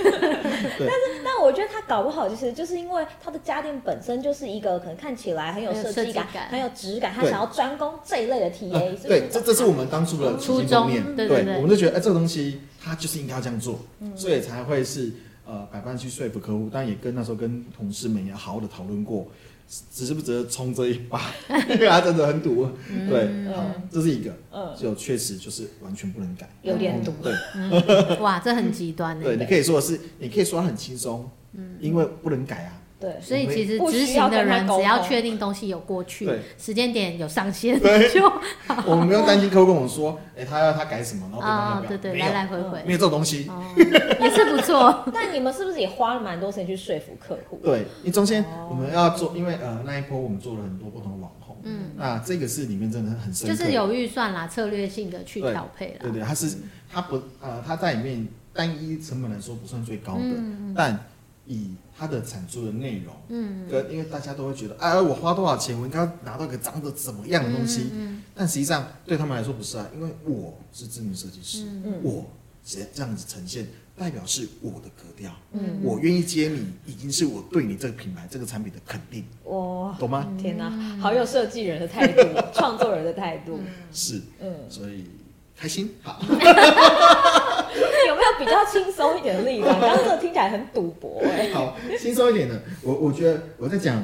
S1: 但我觉得他搞不好，就是就是因为他的家电本身就是一个可能看起来很有设计感、
S2: 很
S1: 很有质感，他
S3: 对
S1: 想要专攻这一类的
S2: 哎
S1: TA，、
S3: 呃
S1: 是不
S3: 对
S1: 是，
S3: 这这是我们当初的
S2: 初
S3: 起心
S2: 衷
S3: 动念，
S2: 对对对嗯
S3: 我们就觉得哎，这个东西它就是应该要这样做，所以才会是呃百般去说服客户，但也跟那时候跟同事们也好好的讨论过，值值不值得冲这一把， [laughs] 因为它真的很赌，
S2: 嗯
S3: 对，好，这是一个，
S1: 嗯
S3: 就确实就是完全不能改，
S1: 有点毒
S3: 对
S2: 哇，这很极端
S3: 对，
S2: 的。
S3: 你可以说的是，你可以说它很轻松，
S2: 嗯
S3: 因为不能改啊，
S1: 对
S2: 欸所以其实执行的人只要确定东西有过去
S3: 对，
S2: 时间点有上限，
S3: 对
S2: 就
S3: 我们不用担心客户跟我说，哎，他要他改什么，然后对方要
S2: 啊
S3: 不，要，
S2: 对对，
S3: 没
S2: 来
S3: 有，
S2: 来回
S3: 没
S2: 回，
S3: 有这种东西，
S2: 哦，也是不错。哦
S1: 但你们是不是也花了蛮多时间去说服客户？
S3: 对，因为中间我们要做，因为呃那一波我们做了很多不同的网红，
S2: 嗯，
S3: 那这个 [laughs] 是里面真的很深
S2: 就
S3: 刻，
S2: 是有预算啦，策略性的去调配
S3: 对
S2: 啦。
S3: 对，它是它不呃它在里面单一成本来说不算最高的，
S2: 嗯
S3: 但以它的产出的内容。
S2: 嗯，
S3: 跟因为大家都会觉得，哎，我花多少钱，我应该拿到一个长得怎么样的东西？
S2: 嗯
S3: 但实际上对他们来说不是啊，因为我是知名设计师，
S2: 嗯
S1: 嗯
S3: 我这这样子呈现，代表是我的格调，
S1: 嗯
S3: 我愿意接你，已经是我对你这个品牌、这个产品的肯定，
S1: 哇，嗯
S3: 懂吗？
S1: 天哪、好有设计人的态度，创作人的态度。
S3: 是，
S1: 嗯，
S3: 所以
S1: [laughs]
S3: 开心好。
S1: 有没有比较轻松一点的
S3: [laughs]
S1: 例子、啊？刚刚这个听起来很赌博哎、
S3: 好，轻松一点的，我我觉得我在讲，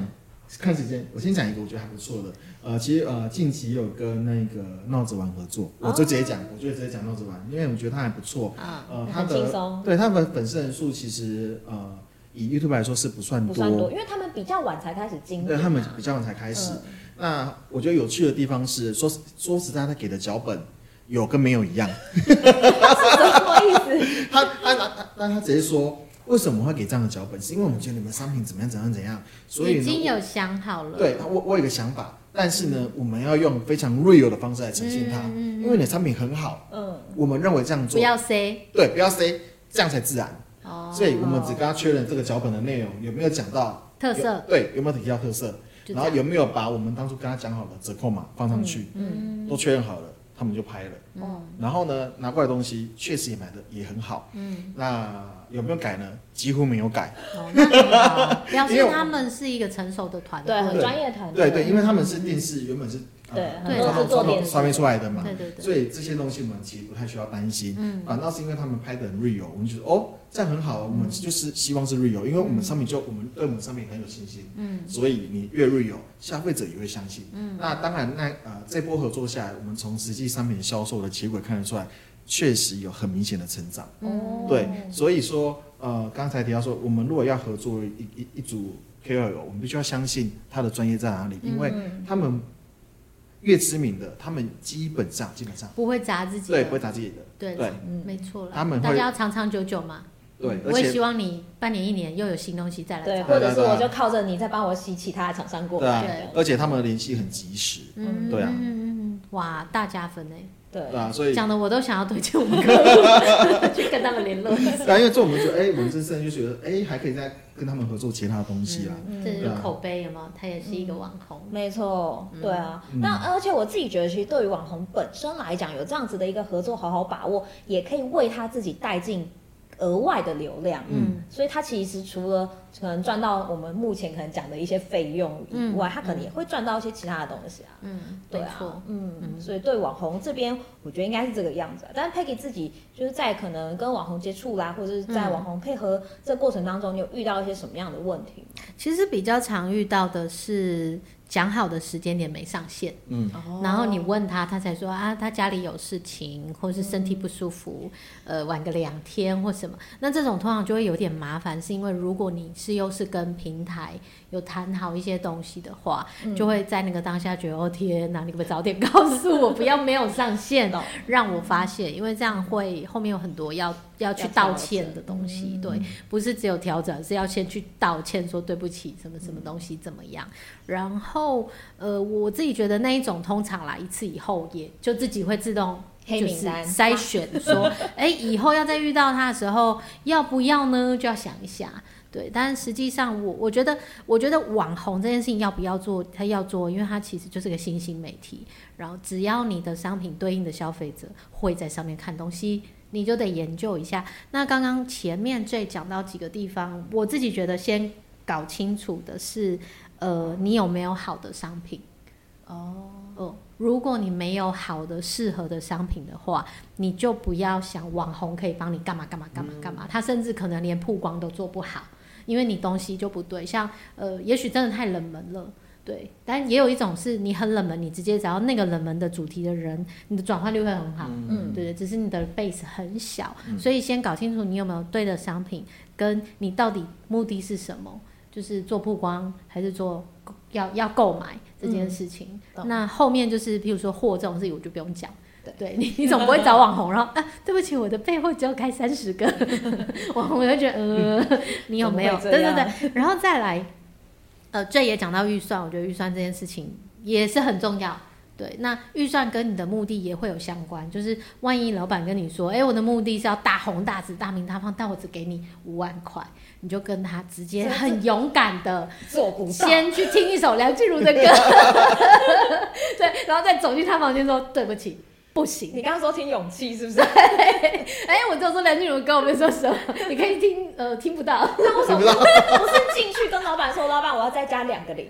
S3: 看时间，我先讲一个我觉得还不错的，呃，其实呃近期有跟那个闹着玩合作，
S1: 哦
S3: 我就直接讲，我就直接讲闹着玩，因为我觉得他还不错，
S2: 啊，
S3: 呃，他
S1: 很轻
S3: 的
S1: 松。
S3: 对他们粉丝人数其实呃。以 YouTube 来说是不算
S1: 不算多，因为他们比较晚才开始经营
S3: 对
S1: 嘛，
S3: 他们比较晚才开
S2: 嗯
S3: 始。那我觉得有趣的地方是，说实说实在，他给的脚本有跟没有一
S2: [laughs]
S3: 样。
S1: 什么意思？
S3: 他他他他，那他直接说，为什么会给这样的脚本？是因为我们觉得你们商品怎么样怎样怎样，所以
S2: 已经
S3: 呢，
S2: 有想好了，
S3: 对，我我有一个想法，但是呢，我们要用非常 real 的方式来呈现它，因为你的产品很好，
S1: 嗯，
S3: 我们认为这样
S2: 嗯不
S3: 做，
S2: 要 say
S3: 对，不要 say，这样才自然。
S2: 哦，
S3: 所以我们只跟他确认这个脚本的内容有没有讲到
S2: 特色
S3: 有对，有没有提到特色，
S2: 就这
S3: 然后
S2: 样，
S3: 有没有把我们当初跟他讲好的折扣码放上去，
S1: 嗯，
S3: 都确认好了，他们就拍了。
S1: 哦，
S3: 然后呢，拿过来的东西确实也买的也很好。嗯，那有没有改呢？几乎没有改。
S2: 哦，那很好，表
S3: 因为
S2: 示
S3: 我
S2: 他们是一个成熟的团队
S1: 对，，很专业团
S3: 对
S1: 队，
S3: 对，因为他们是电视，原本是
S1: 嗯对
S3: 呃
S1: 很
S2: 多
S3: 传
S2: 是
S3: 统
S1: 做
S3: 传
S1: 电
S3: 统
S1: 视
S3: 传媒出来的嘛，
S2: 对对对
S3: 所以这些东西我们其实不太需要担心。
S2: 嗯，
S3: 反倒是因为他们拍的很 real，我们就觉得哦，这样很好，我们就是希望是 real，因为我们商品就我们对我们商品很有信心，
S2: 嗯，
S3: 所以你越 real，消费者也会相信。嗯，那当然，那呃这波合作下来，我们从实际商品销售的结果看得出来，确实有很明显的成长。
S1: 哦
S3: 对，所以说，呃，刚才提到说，我们如果要合作一一一组 KOL，我们必须要相信他的专业在哪里，因为
S1: 嗯
S3: 他们越知名的，他们基本上基本上
S2: 不会砸自己的，
S3: 对不会打自己的，
S2: 对
S3: 对
S1: 嗯
S2: 没错了，
S3: 他们会
S2: 大家要长长久久嘛，
S3: 对，而
S2: 我也
S3: 且
S2: 希望你半年一年又有新东西再来
S1: 对，
S2: 找我，
S1: 或者是我就靠着你再帮我吸其他的厂商过
S3: 对啊
S1: 来，
S2: 对
S3: 而且他们的联系很及时，
S2: 嗯，
S3: 对啊
S2: 嗯嗯嗯哇，大加分哎，
S1: 对
S3: 对啊，所以
S2: 讲的我都想要推荐我
S3: [laughs]
S2: 们
S1: 去跟他们联络。
S3: 对啊，因为这我们觉得，哎，我们这次就觉得，哎，还可以再跟他们合作其他的东西啊，
S1: 嗯
S2: 这
S3: 对
S2: 是
S3: 啊
S2: 口碑有没有？他也是一个网红，
S1: 没错，对啊，
S3: 嗯
S1: 那而且我自己觉得，其实对于网红本身来讲，有这样子的一个合作，好好把握，也可以为他自己带进额外的流量。
S3: 嗯，
S1: 所以他其实除了可能赚到我们目前可能讲的一些费用以
S3: 嗯
S1: 外，他可能也会赚到一些其他的东西啊。
S2: 嗯，
S1: 对
S2: 没
S1: 啊
S2: 错，，
S1: 嗯，所以对网红这边，我觉得应该是这个样子、啊。但是 Peggy 自己就是在可能跟网红接触啦，或者是在
S2: 嗯
S1: 网红配合这过程当中，你有遇到一些什么样的问题吗？
S2: 其实比较常遇到的是讲好的时间点没上线。
S3: 嗯，
S1: 哦
S2: 然后你问他，他才说啊，他家里有事情，或是身体不舒服，呃，晚个两天或什么。那这种通常就会有点麻烦，是因为如果你是又是跟平台有谈好一些东西的话，
S1: 嗯
S2: 就会在那个当下觉得哦天哪，你可不可以早点告诉我，不要没有上线，
S1: 到
S2: 让我发现，因为这样会后面有很多要要去
S1: 要
S2: 道
S1: 调
S2: 歉
S1: 整嗯
S2: 的东西，对，不是只有调整，是要先去道歉，说对不起，什么什么东西怎么样。然后呃，我自己觉得那一种通常来一次以后，也就自己会自动
S1: 黑
S2: 就
S1: 名
S2: 是 [laughs]
S1: 单
S2: 筛选说，哎、以后要再遇到他的时候，要不要呢？就要想一下。对，但实际上我我觉得，我觉得网红这件事情要不要做，他要做，因为它其实就是个新兴媒体。然后只要你的商品对应的消费者会在上面看东西，你就得研究一下。那刚刚前面这讲到几个地方，我自己觉得先搞清楚的是，呃，你有没有好的商品。
S1: 哦，
S2: 哦，如果你没有好的适合的商品的话，你就不要想网红可以帮你干嘛干嘛干嘛干嘛，他甚至可能连曝光都做不好，因为你东西就不对。像呃，也许真的太冷门了。对，但也有一种是你很冷门，你直接找到那个冷门的主题的人，你的转换率会很好。
S1: 嗯
S2: 对对，只是你的 base 很小，所以先搞清楚你有没有对的商品，跟你到底目的是什么，就是做曝光还是做购要要购买这件事情。
S1: 嗯懂
S2: 那后面就是譬如说货这种事情，我就不用讲。
S1: 对
S2: 对你，你总不会找网红，然后啊，对不起，我的备货只有开三十
S1: [laughs]
S2: 个，网红就觉得呃， [laughs] 你有没有？
S1: 嗯怎
S2: 对
S1: 么会这
S2: 对
S1: 样
S2: 对，然后再来，呃，这也讲到预算，我觉得预算这件事情也是很重要。对，那预算跟你的目的也会有相关，就是万一老板跟你说，哎、我的目的是要大红大紫、大名大放，但我只给你五万块，你就跟他直接
S1: 这这
S2: 很勇敢的
S1: 做不到。
S2: 先去听一首梁静茹的 [laughs] 歌，对，然后再走进他房间说对不起，不行，
S1: 你刚刚说听勇气是不是？ [laughs]
S2: 哎、我就说梁静茹的歌，我没说什么，你可以听，呃，听不到，
S1: 那为什
S3: 你
S1: 么
S3: 不知道
S1: [laughs] 不是进去跟老板说，老板我要再加两个零？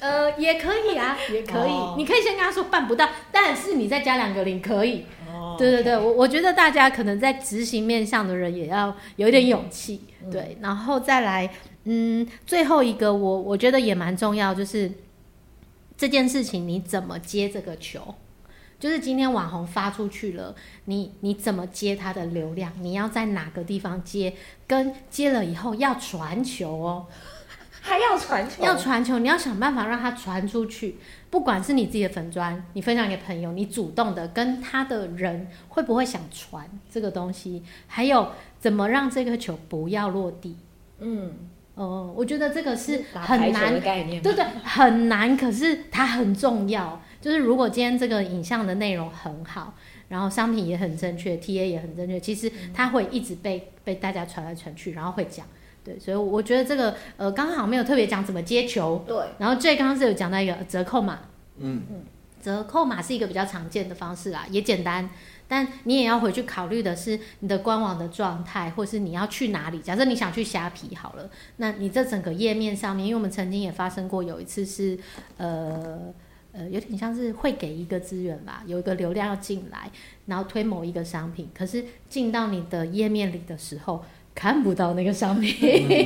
S2: 呃，也可以啊，也可以，
S1: 哦
S2: 你可以先跟他说办不到，但是你再加两个零可以，
S1: 哦
S2: 对对对，我我觉得大家可能在执行面上的人也要有一点勇气，
S1: 嗯
S2: 对，然后再来，嗯，最后一个我我觉得也蛮重要，就是这件事情你怎么接这个球。就是今天网红发出去了，你你怎么接他的流量？你要在哪个地方接？跟接了以后要传球哦，
S1: 还要传球，
S2: 要传球，你要想办法让它传出去。不管是你自己的粉砖，你分享给朋友，你主动的跟他的人会不会想传这个东西？还有怎么让这个球不要落地？
S1: 嗯，
S2: 哦，我觉得这个是
S1: 打
S2: 很
S1: 排球
S2: 难
S1: 的概念，
S2: 对对，很难，可是它很重要。就是如果今天这个影像的内容很好，然后商品也很正确，TA 也很正确，其实它会一直被被大家传来传去，然后会讲。对，所以我觉得这个呃，刚好没有特别讲怎么接球，
S1: 对，
S2: 然后最刚刚是有讲到一个折扣码，
S3: 嗯，
S2: 折扣码是一个比较常见的方式啦，也简单。但你也要回去考虑的是你的官网的状态，或是你要去哪里。假设你想去虾皮好了，那你这整个页面上面，因为我们曾经也发生过有一次是，呃呃，有点像是会给一个资源吧，有一个流量要进来，然后推某一个商品，可是进到你的页面里的时候看不到那个商品，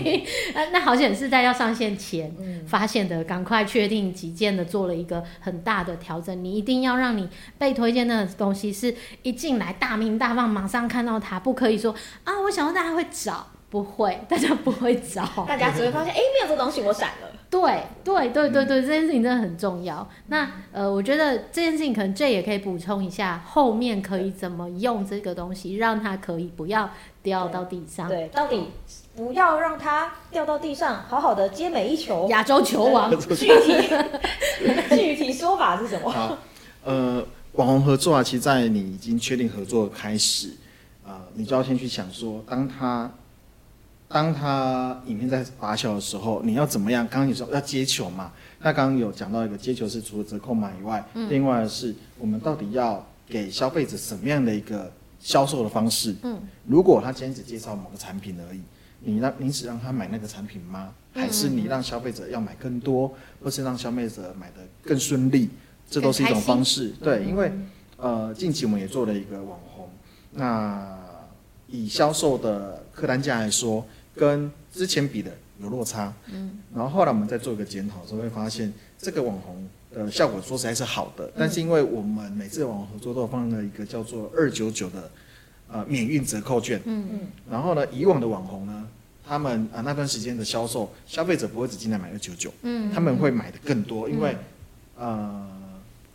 S2: [laughs] 那那好险是在要上线前。
S1: 嗯，
S2: 发现的，赶快确定急件的做了一个很大的调整。你一定要让你被推荐的东西是一进来大名大放，马上看到它，不可以说啊，我想要大家会找，不会，大家不会找。
S1: 大家只会发现，哎，没有这东西，我闪了。
S2: 对对对
S3: 嗯
S2: 对对，这件事情真的很重要。那呃，我觉得这件事情可能 J 也可以补充一下，后面可以怎么用这个东西，让它可以不要掉到地上。
S1: 对，到底不要让它掉到地上，好好的接每一球。
S2: 亚洲球
S3: [laughs]
S2: 王
S1: 对具体具体 [laughs] 说法是什么？
S3: 好，呃，网红合作啊，其实，在你已经确定合作开始，呃，你就要先去想说，当他当他影片在发酵的时候，你要怎么样？刚刚你说要接球嘛，那刚刚有讲到一个接球是除了折扣码以外，
S1: 嗯
S3: 另外是我们到底要给消费者什么样的一个销售的方式？
S2: 嗯，
S3: 如果他今天只介绍某个产品而已，你让你只让他买那个产品吗？还是你让消费者要买更多，或是让消费者买的更顺利？这都是一种方式。对，因为呃，近期我们也做了一个网红，那以销售的客单价来说，跟之前比的有落差。嗯，然后后来我们再做一个检讨的时候，会发现这个网红的效果说实在是好的，
S2: 嗯
S3: 但是因为我们每次网红合作都有放了一个叫做二九九的呃免运折扣券。
S2: 嗯
S1: 嗯，
S3: 然后呢，以往的网红呢，他们啊那段时间的销售，消费者不会只进来买二九九，
S2: 嗯，
S3: 他们会买的更多，因为、呃，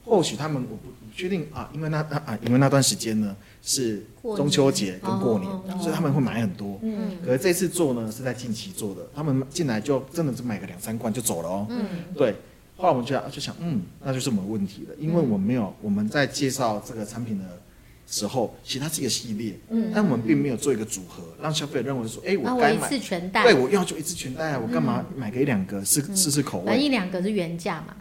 S3: 或许他们我不不确定啊，因为那那啊，因为那段时间呢是
S2: 过年
S3: 中秋节跟过年，
S2: 哦
S1: 哦哦
S3: 所以他们会买很多。
S1: 嗯
S3: 可是这次做呢是在近期做的，他们进来就真的是买个两三罐就走了哦。
S2: 嗯
S3: 对，后来我们就就想，嗯，那就是我们的问题了，因为我们没有我们在介绍这个产品的时候，其实它是一个系列，
S1: 嗯
S3: 但我们并没有做一个组合，让消费者认为说，哎、
S2: 啊，
S3: 我
S2: 我
S3: 该
S2: 一
S3: 买，
S2: 次全带，嗯
S3: 对我要就一次全带啊，我干嘛买个一两个试试试口
S2: 反正
S3: 味？
S2: 一两个是原价嘛。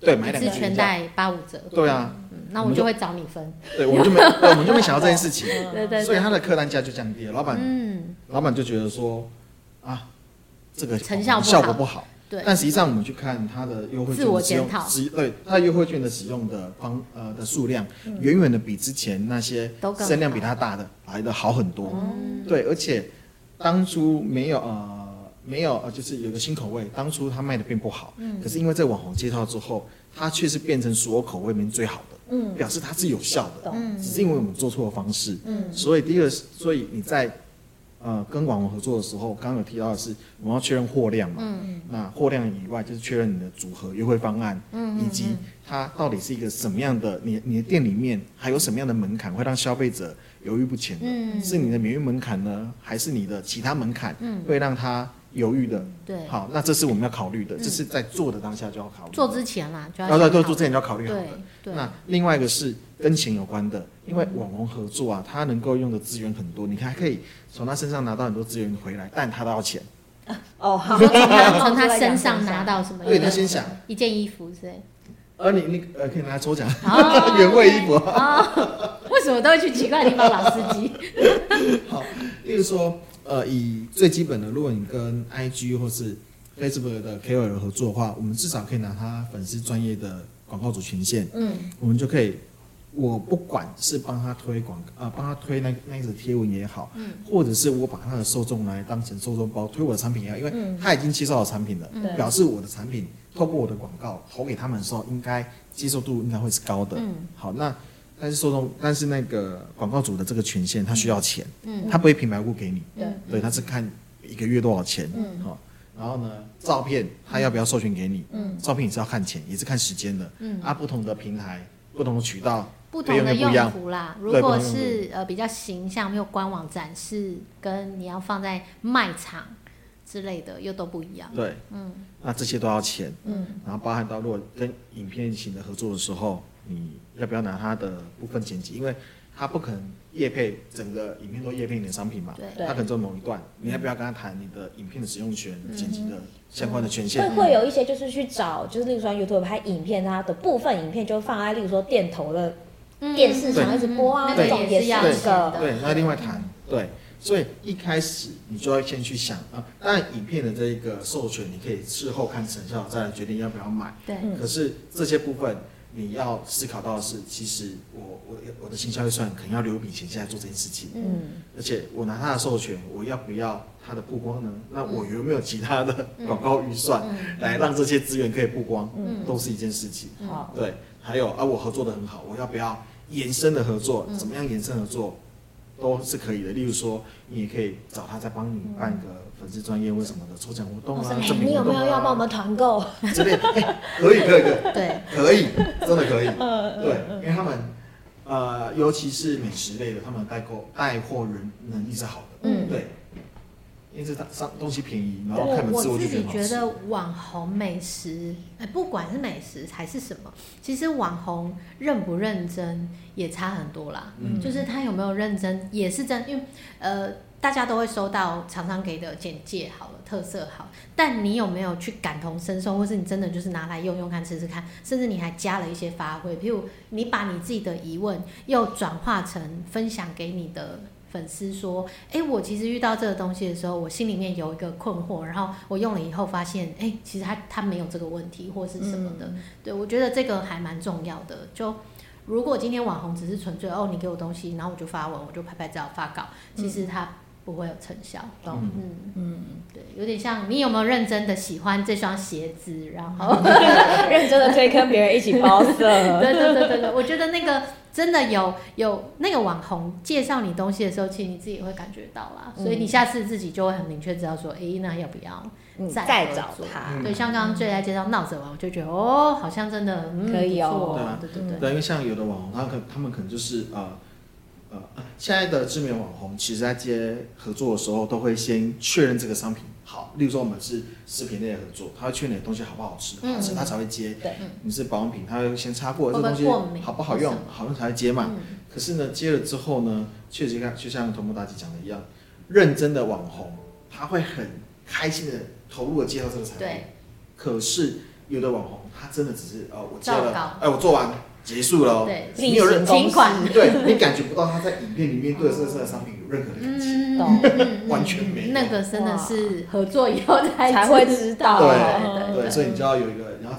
S3: 对，买
S2: 一
S3: 两
S2: 次
S3: 个
S2: 全
S3: 一样，
S2: 带八五折，
S3: 对啊，
S2: 嗯，那我就会找你分。 [laughs]
S3: 对，我们就没，对我们就没想到这件事情，
S2: 对对
S3: 所以
S2: 对，
S3: 他的客单价就降低了，老板、
S2: 嗯，
S3: 老板就觉得说，啊，这个
S2: 成效不好
S3: 效果不好。
S2: 对，
S3: 但实际上我们去看它的优惠
S2: 自
S3: 券
S2: 我
S3: 的使
S2: 检
S3: 用
S2: 讨，
S3: 使对它优惠券的使用的方呃的数量，远远的比之前那些
S2: 嗯都更
S3: 声量比
S2: 好
S3: 它大的来的好很多。
S1: 嗯
S3: 对，而且当初没有呃没有呃，就是有个新口味，当初它卖的并不好，
S1: 嗯
S3: 可是因为在网红介绍之后，它却是变成所有口味里面最好的，
S1: 嗯
S3: 表示它是有效的，
S1: 懂
S3: 只是因为我们做错了方式。
S1: 嗯
S3: 所以第一个是，所以你在呃跟网红合作的时候，刚刚有提到的是我们要确认货量嘛，
S1: 嗯
S3: 那货量以外就是确认你的组合优惠方案，
S1: 嗯
S3: 以及它到底是一个什么样的，你你的店里面还有什么样的门槛会让消费者犹豫不前的？
S2: 嗯
S3: 是你的免疫门槛呢，还是你的其他门槛
S2: 嗯，
S3: 会让他犹豫的？
S2: 对，嗯
S3: 好，那这是我们要考虑的，这是在做的当下就要考虑的。
S2: 做之前啦，就要
S3: 啊，对对，
S2: 先
S3: 做之前就要考虑好
S2: 对
S3: 的。
S2: 对，
S3: 那另外一个是跟钱有关的，因为网红合作啊，他能够用的资源很多，你还可以从他身上拿到很多资源回来，但他都要钱。
S1: 哦，好，
S2: 你说从 [laughs] 他从他身上拿到什么？
S3: 对，
S2: 一
S3: 他
S2: 个
S3: 先想，
S2: 一件衣服之类。
S3: 而你你呃可以拿来抽奖，
S2: 哦
S3: [laughs] 原味衣服。
S2: 哦，为什么都会去奇怪的地方老司机？
S3: 例如说，呃，以最基本的，如果你跟 IG 或是 Facebook 的 KOL 合作的话，我们至少可以拿他粉丝专业的广告主权限，
S1: 嗯
S3: 我们就可以，我不管是帮他推广，呃，帮他推那那一则贴文也好，嗯，或者是我把他的受众来当成受众包推我的产品也好，因为
S1: 嗯
S3: 他已经介绍了产品了，
S1: 对
S3: 表示我的产品透过我的广告投给他们的时候，应该接受度应该会是高的。
S2: 嗯
S3: 好，那但是受众，但是那个广告主的这个权限，他需要钱，
S2: 嗯
S3: 他不会平白无故给你，
S1: 对
S2: 嗯
S3: 对，他是看一个月多少钱，
S1: 嗯
S3: 好、然后呢，照片他要不要授权给你？
S1: 嗯
S3: 照片也是要看钱，也是看时间的，
S2: 嗯
S3: 啊，不同的平台、不同的渠道，
S2: 不同的
S3: 费
S2: 用
S3: 用又不一样
S2: 途啦。如
S3: 对
S2: 果
S3: 不同用途
S2: 是呃比较形象，没有官网展示，跟你要放在卖场之类的又都不一样。
S3: 对，
S2: 嗯，
S3: 那这些都要钱，
S1: 嗯
S3: 然后包含到如果跟影片型的合作的时候，你要不要拿他的部分剪辑？因为他不可能业配整个影片都业配你的商品嘛，
S2: 对
S1: 对
S3: 他可能做某一段，你要不要跟他谈你的影片的使用权、剪辑的相关的权限
S1: 嗯会？会有一些就是去找，就是例如说 YouTube 拍影片，它的部分影片就放在例如说电头的
S2: 嗯
S1: 电视上一直播啊
S2: 那
S3: 那
S2: 个
S3: 种
S2: 也
S1: 也
S2: 是
S1: 是
S2: 要
S3: 一
S2: 钱
S1: 个
S2: 的
S3: 对，那另外谈对。所以一开始你就要先去想啊，当然影片的这一个授权，你可以事后看成效再来决定要不要买。
S2: 对
S1: 嗯
S3: 可是这些部分你要思考到的是，其实我我我的行销预算可能要留一笔钱现在做这件事情，
S1: 嗯
S3: 而且我拿他的授权，我要不要他的曝光呢？那我有没有其他的广告预算
S2: 嗯
S3: 来让这些资源可以曝光，
S1: 嗯
S3: 都是一件事情。
S1: 好
S3: 对，还有啊，我合作的很好，我要不要延伸的合作？
S1: 嗯
S3: 怎么样延伸合作都是可以的。例如说，你也可以找他再帮你办个粉丝专业或什么的抽奖活动
S1: 或嗯是
S3: 啊
S1: 哎，
S3: 赠
S1: 你
S3: 品
S1: 有
S3: 活
S1: 没
S3: 动
S1: 有要帮我
S3: 啊
S1: 们团购？
S3: [laughs] 之类的。哎，可以，可以，可以。
S2: 对，
S3: 可以，真的可以。
S1: 嗯
S3: 对，因为他们呃，尤其是美食类的，他们代购带货人能力是好的。
S1: 嗯
S3: 对，因为这它上东西便宜，然后
S2: 我
S3: 看本
S2: 我
S3: 字
S2: 自
S3: 就觉
S2: 己
S3: 得好
S2: 觉
S3: 吃。
S2: 得网红美食，哎，不管是美食还是什么，其实网红认不认真也差很多啦。
S3: 嗯
S2: 就是他有没有认真，也是真，因为呃，大家都会收到厂商给的简介好了，特色好，但你有没有去感同身受，或是你真的就是拿来用用看、吃吃看，甚至你还加了一些发挥，譬如你把你自己的疑问又转化成分享给你的。粉丝说：“哎、我其实遇到这个东西的时候，我心里面有一个困惑，然后我用了以后发现，哎、其实他他没有这个问题，或是什
S1: 嗯
S2: 么的。对，我觉得这个还蛮重要的。就如果今天网红只是纯粹哦，你给我东西，然后我就发文，我就拍拍照发稿，其实它不会有成效。
S1: 懂
S2: 嗯，
S1: 嗯， [laughs]
S2: 对，有点像你有没有认真的喜欢这双鞋子，然后
S1: [laughs] 认真的推跟别人一起包色。
S2: [laughs] 对对对对对，我觉得那个真的有有那个网红介绍你东西的时候，其实你自己也会感觉到啦，所以你下次自己就会很明确知道说，诶，那要不要？
S1: 嗯
S2: 再
S1: 再
S2: 合
S1: 找
S2: 作
S1: 他
S2: 对，像刚刚最爱介绍闹着玩，我就觉得哦，好像真的、嗯、
S1: 可以哦
S2: 不错
S3: 对啊
S2: 对对对，
S3: 对，因为像有的网红，他可他们可能就是呃呃，现在的知名网红，其实在接合作的时候，都会先确认这个商品好。例如说我们是食品类的合作，他会确认你的东西好不好吃，好吃他才会接。
S1: 对
S2: 嗯
S3: 你是保养品，他会先擦过
S2: 会
S3: 这
S2: 不会
S3: 东西
S2: 过敏
S3: 好不好
S2: 或
S3: 用
S2: 什么，
S3: 好用才会接嘛。
S2: 嗯
S3: 可是呢，接了之后呢，确实像就像同步大姐讲的一样，认真的网红，他会很开心的投入的介绍这个产品。
S2: 对。
S3: 可是有的网红，他真的只是呃，我接
S2: 照稿
S3: 了，哎，我做完结束了哦。
S2: 对
S3: 你有认
S1: 例行公事
S2: 请款
S3: [laughs] 对你感觉不到他在影片里面对这这个商品有任何的感情。
S2: 嗯，
S1: 懂
S2: 嗯
S3: 完全没有
S2: 那个真的是合作以后才
S1: 才会知道
S2: 对
S1: 嗯
S3: 对，所以你就要有一个，你要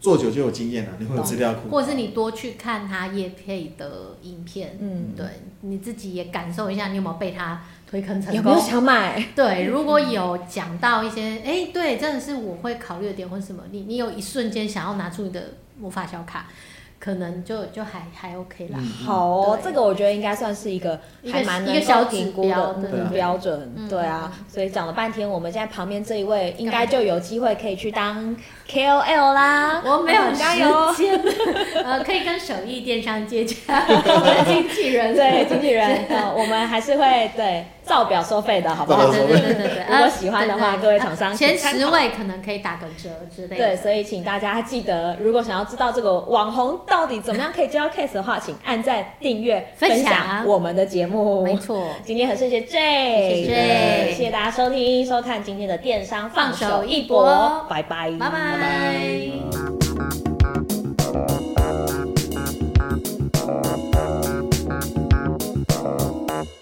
S3: 做久就有经验了，你会有资料库，
S2: 或者是你多去看他叶配的影片，
S1: 嗯，
S2: 对，你自己也感受一下，你有没有被他推坑成
S1: 有没
S2: 功？
S1: 有想买？
S2: 对，如果有讲到一些，哎，对，真的是我会考虑的点或是什么，你你有一瞬间想要拿出你的魔法小卡，可能就就还还 OK 啦。
S3: 嗯
S1: 好哦，
S2: 对
S1: 这个我觉得应该算是一个
S2: 一个
S1: 还蛮
S2: 一
S1: 能
S2: 个小
S1: 够
S2: 指
S1: 评估的
S2: 标对
S1: 嗯
S3: 对
S1: 标准
S2: 嗯，
S1: 对啊。所以讲了半天，我们现在旁边这一位应该就有机会可以去当 KOL 啦。
S2: 我没有
S1: 加油
S2: 时，间， [laughs] 呃，可以跟手艺电商接洽，我的经纪
S1: [laughs]
S2: 人
S1: 对经纪人， [laughs] 呃，我们还是会对照表收费的，好不好
S3: 照？
S2: 啊对对对对对，
S1: 如果喜欢的话
S2: 啊对对对
S1: 各位厂商
S2: 啊前
S1: 请参考
S2: 十位可能可以打个折之类的。
S1: 对，所以请大家记得，如果想要知道这个网红到底怎么样可以接到 case 的话，请按赞、订阅、
S2: 分享
S1: 我们的节目。
S2: 没错，
S1: 今天很谢谢 J，
S2: 谢谢 J
S1: 谢谢大家收听收看今天的电商放手一
S2: 放手一
S1: 搏
S2: 搏，
S1: 拜拜，
S2: 拜拜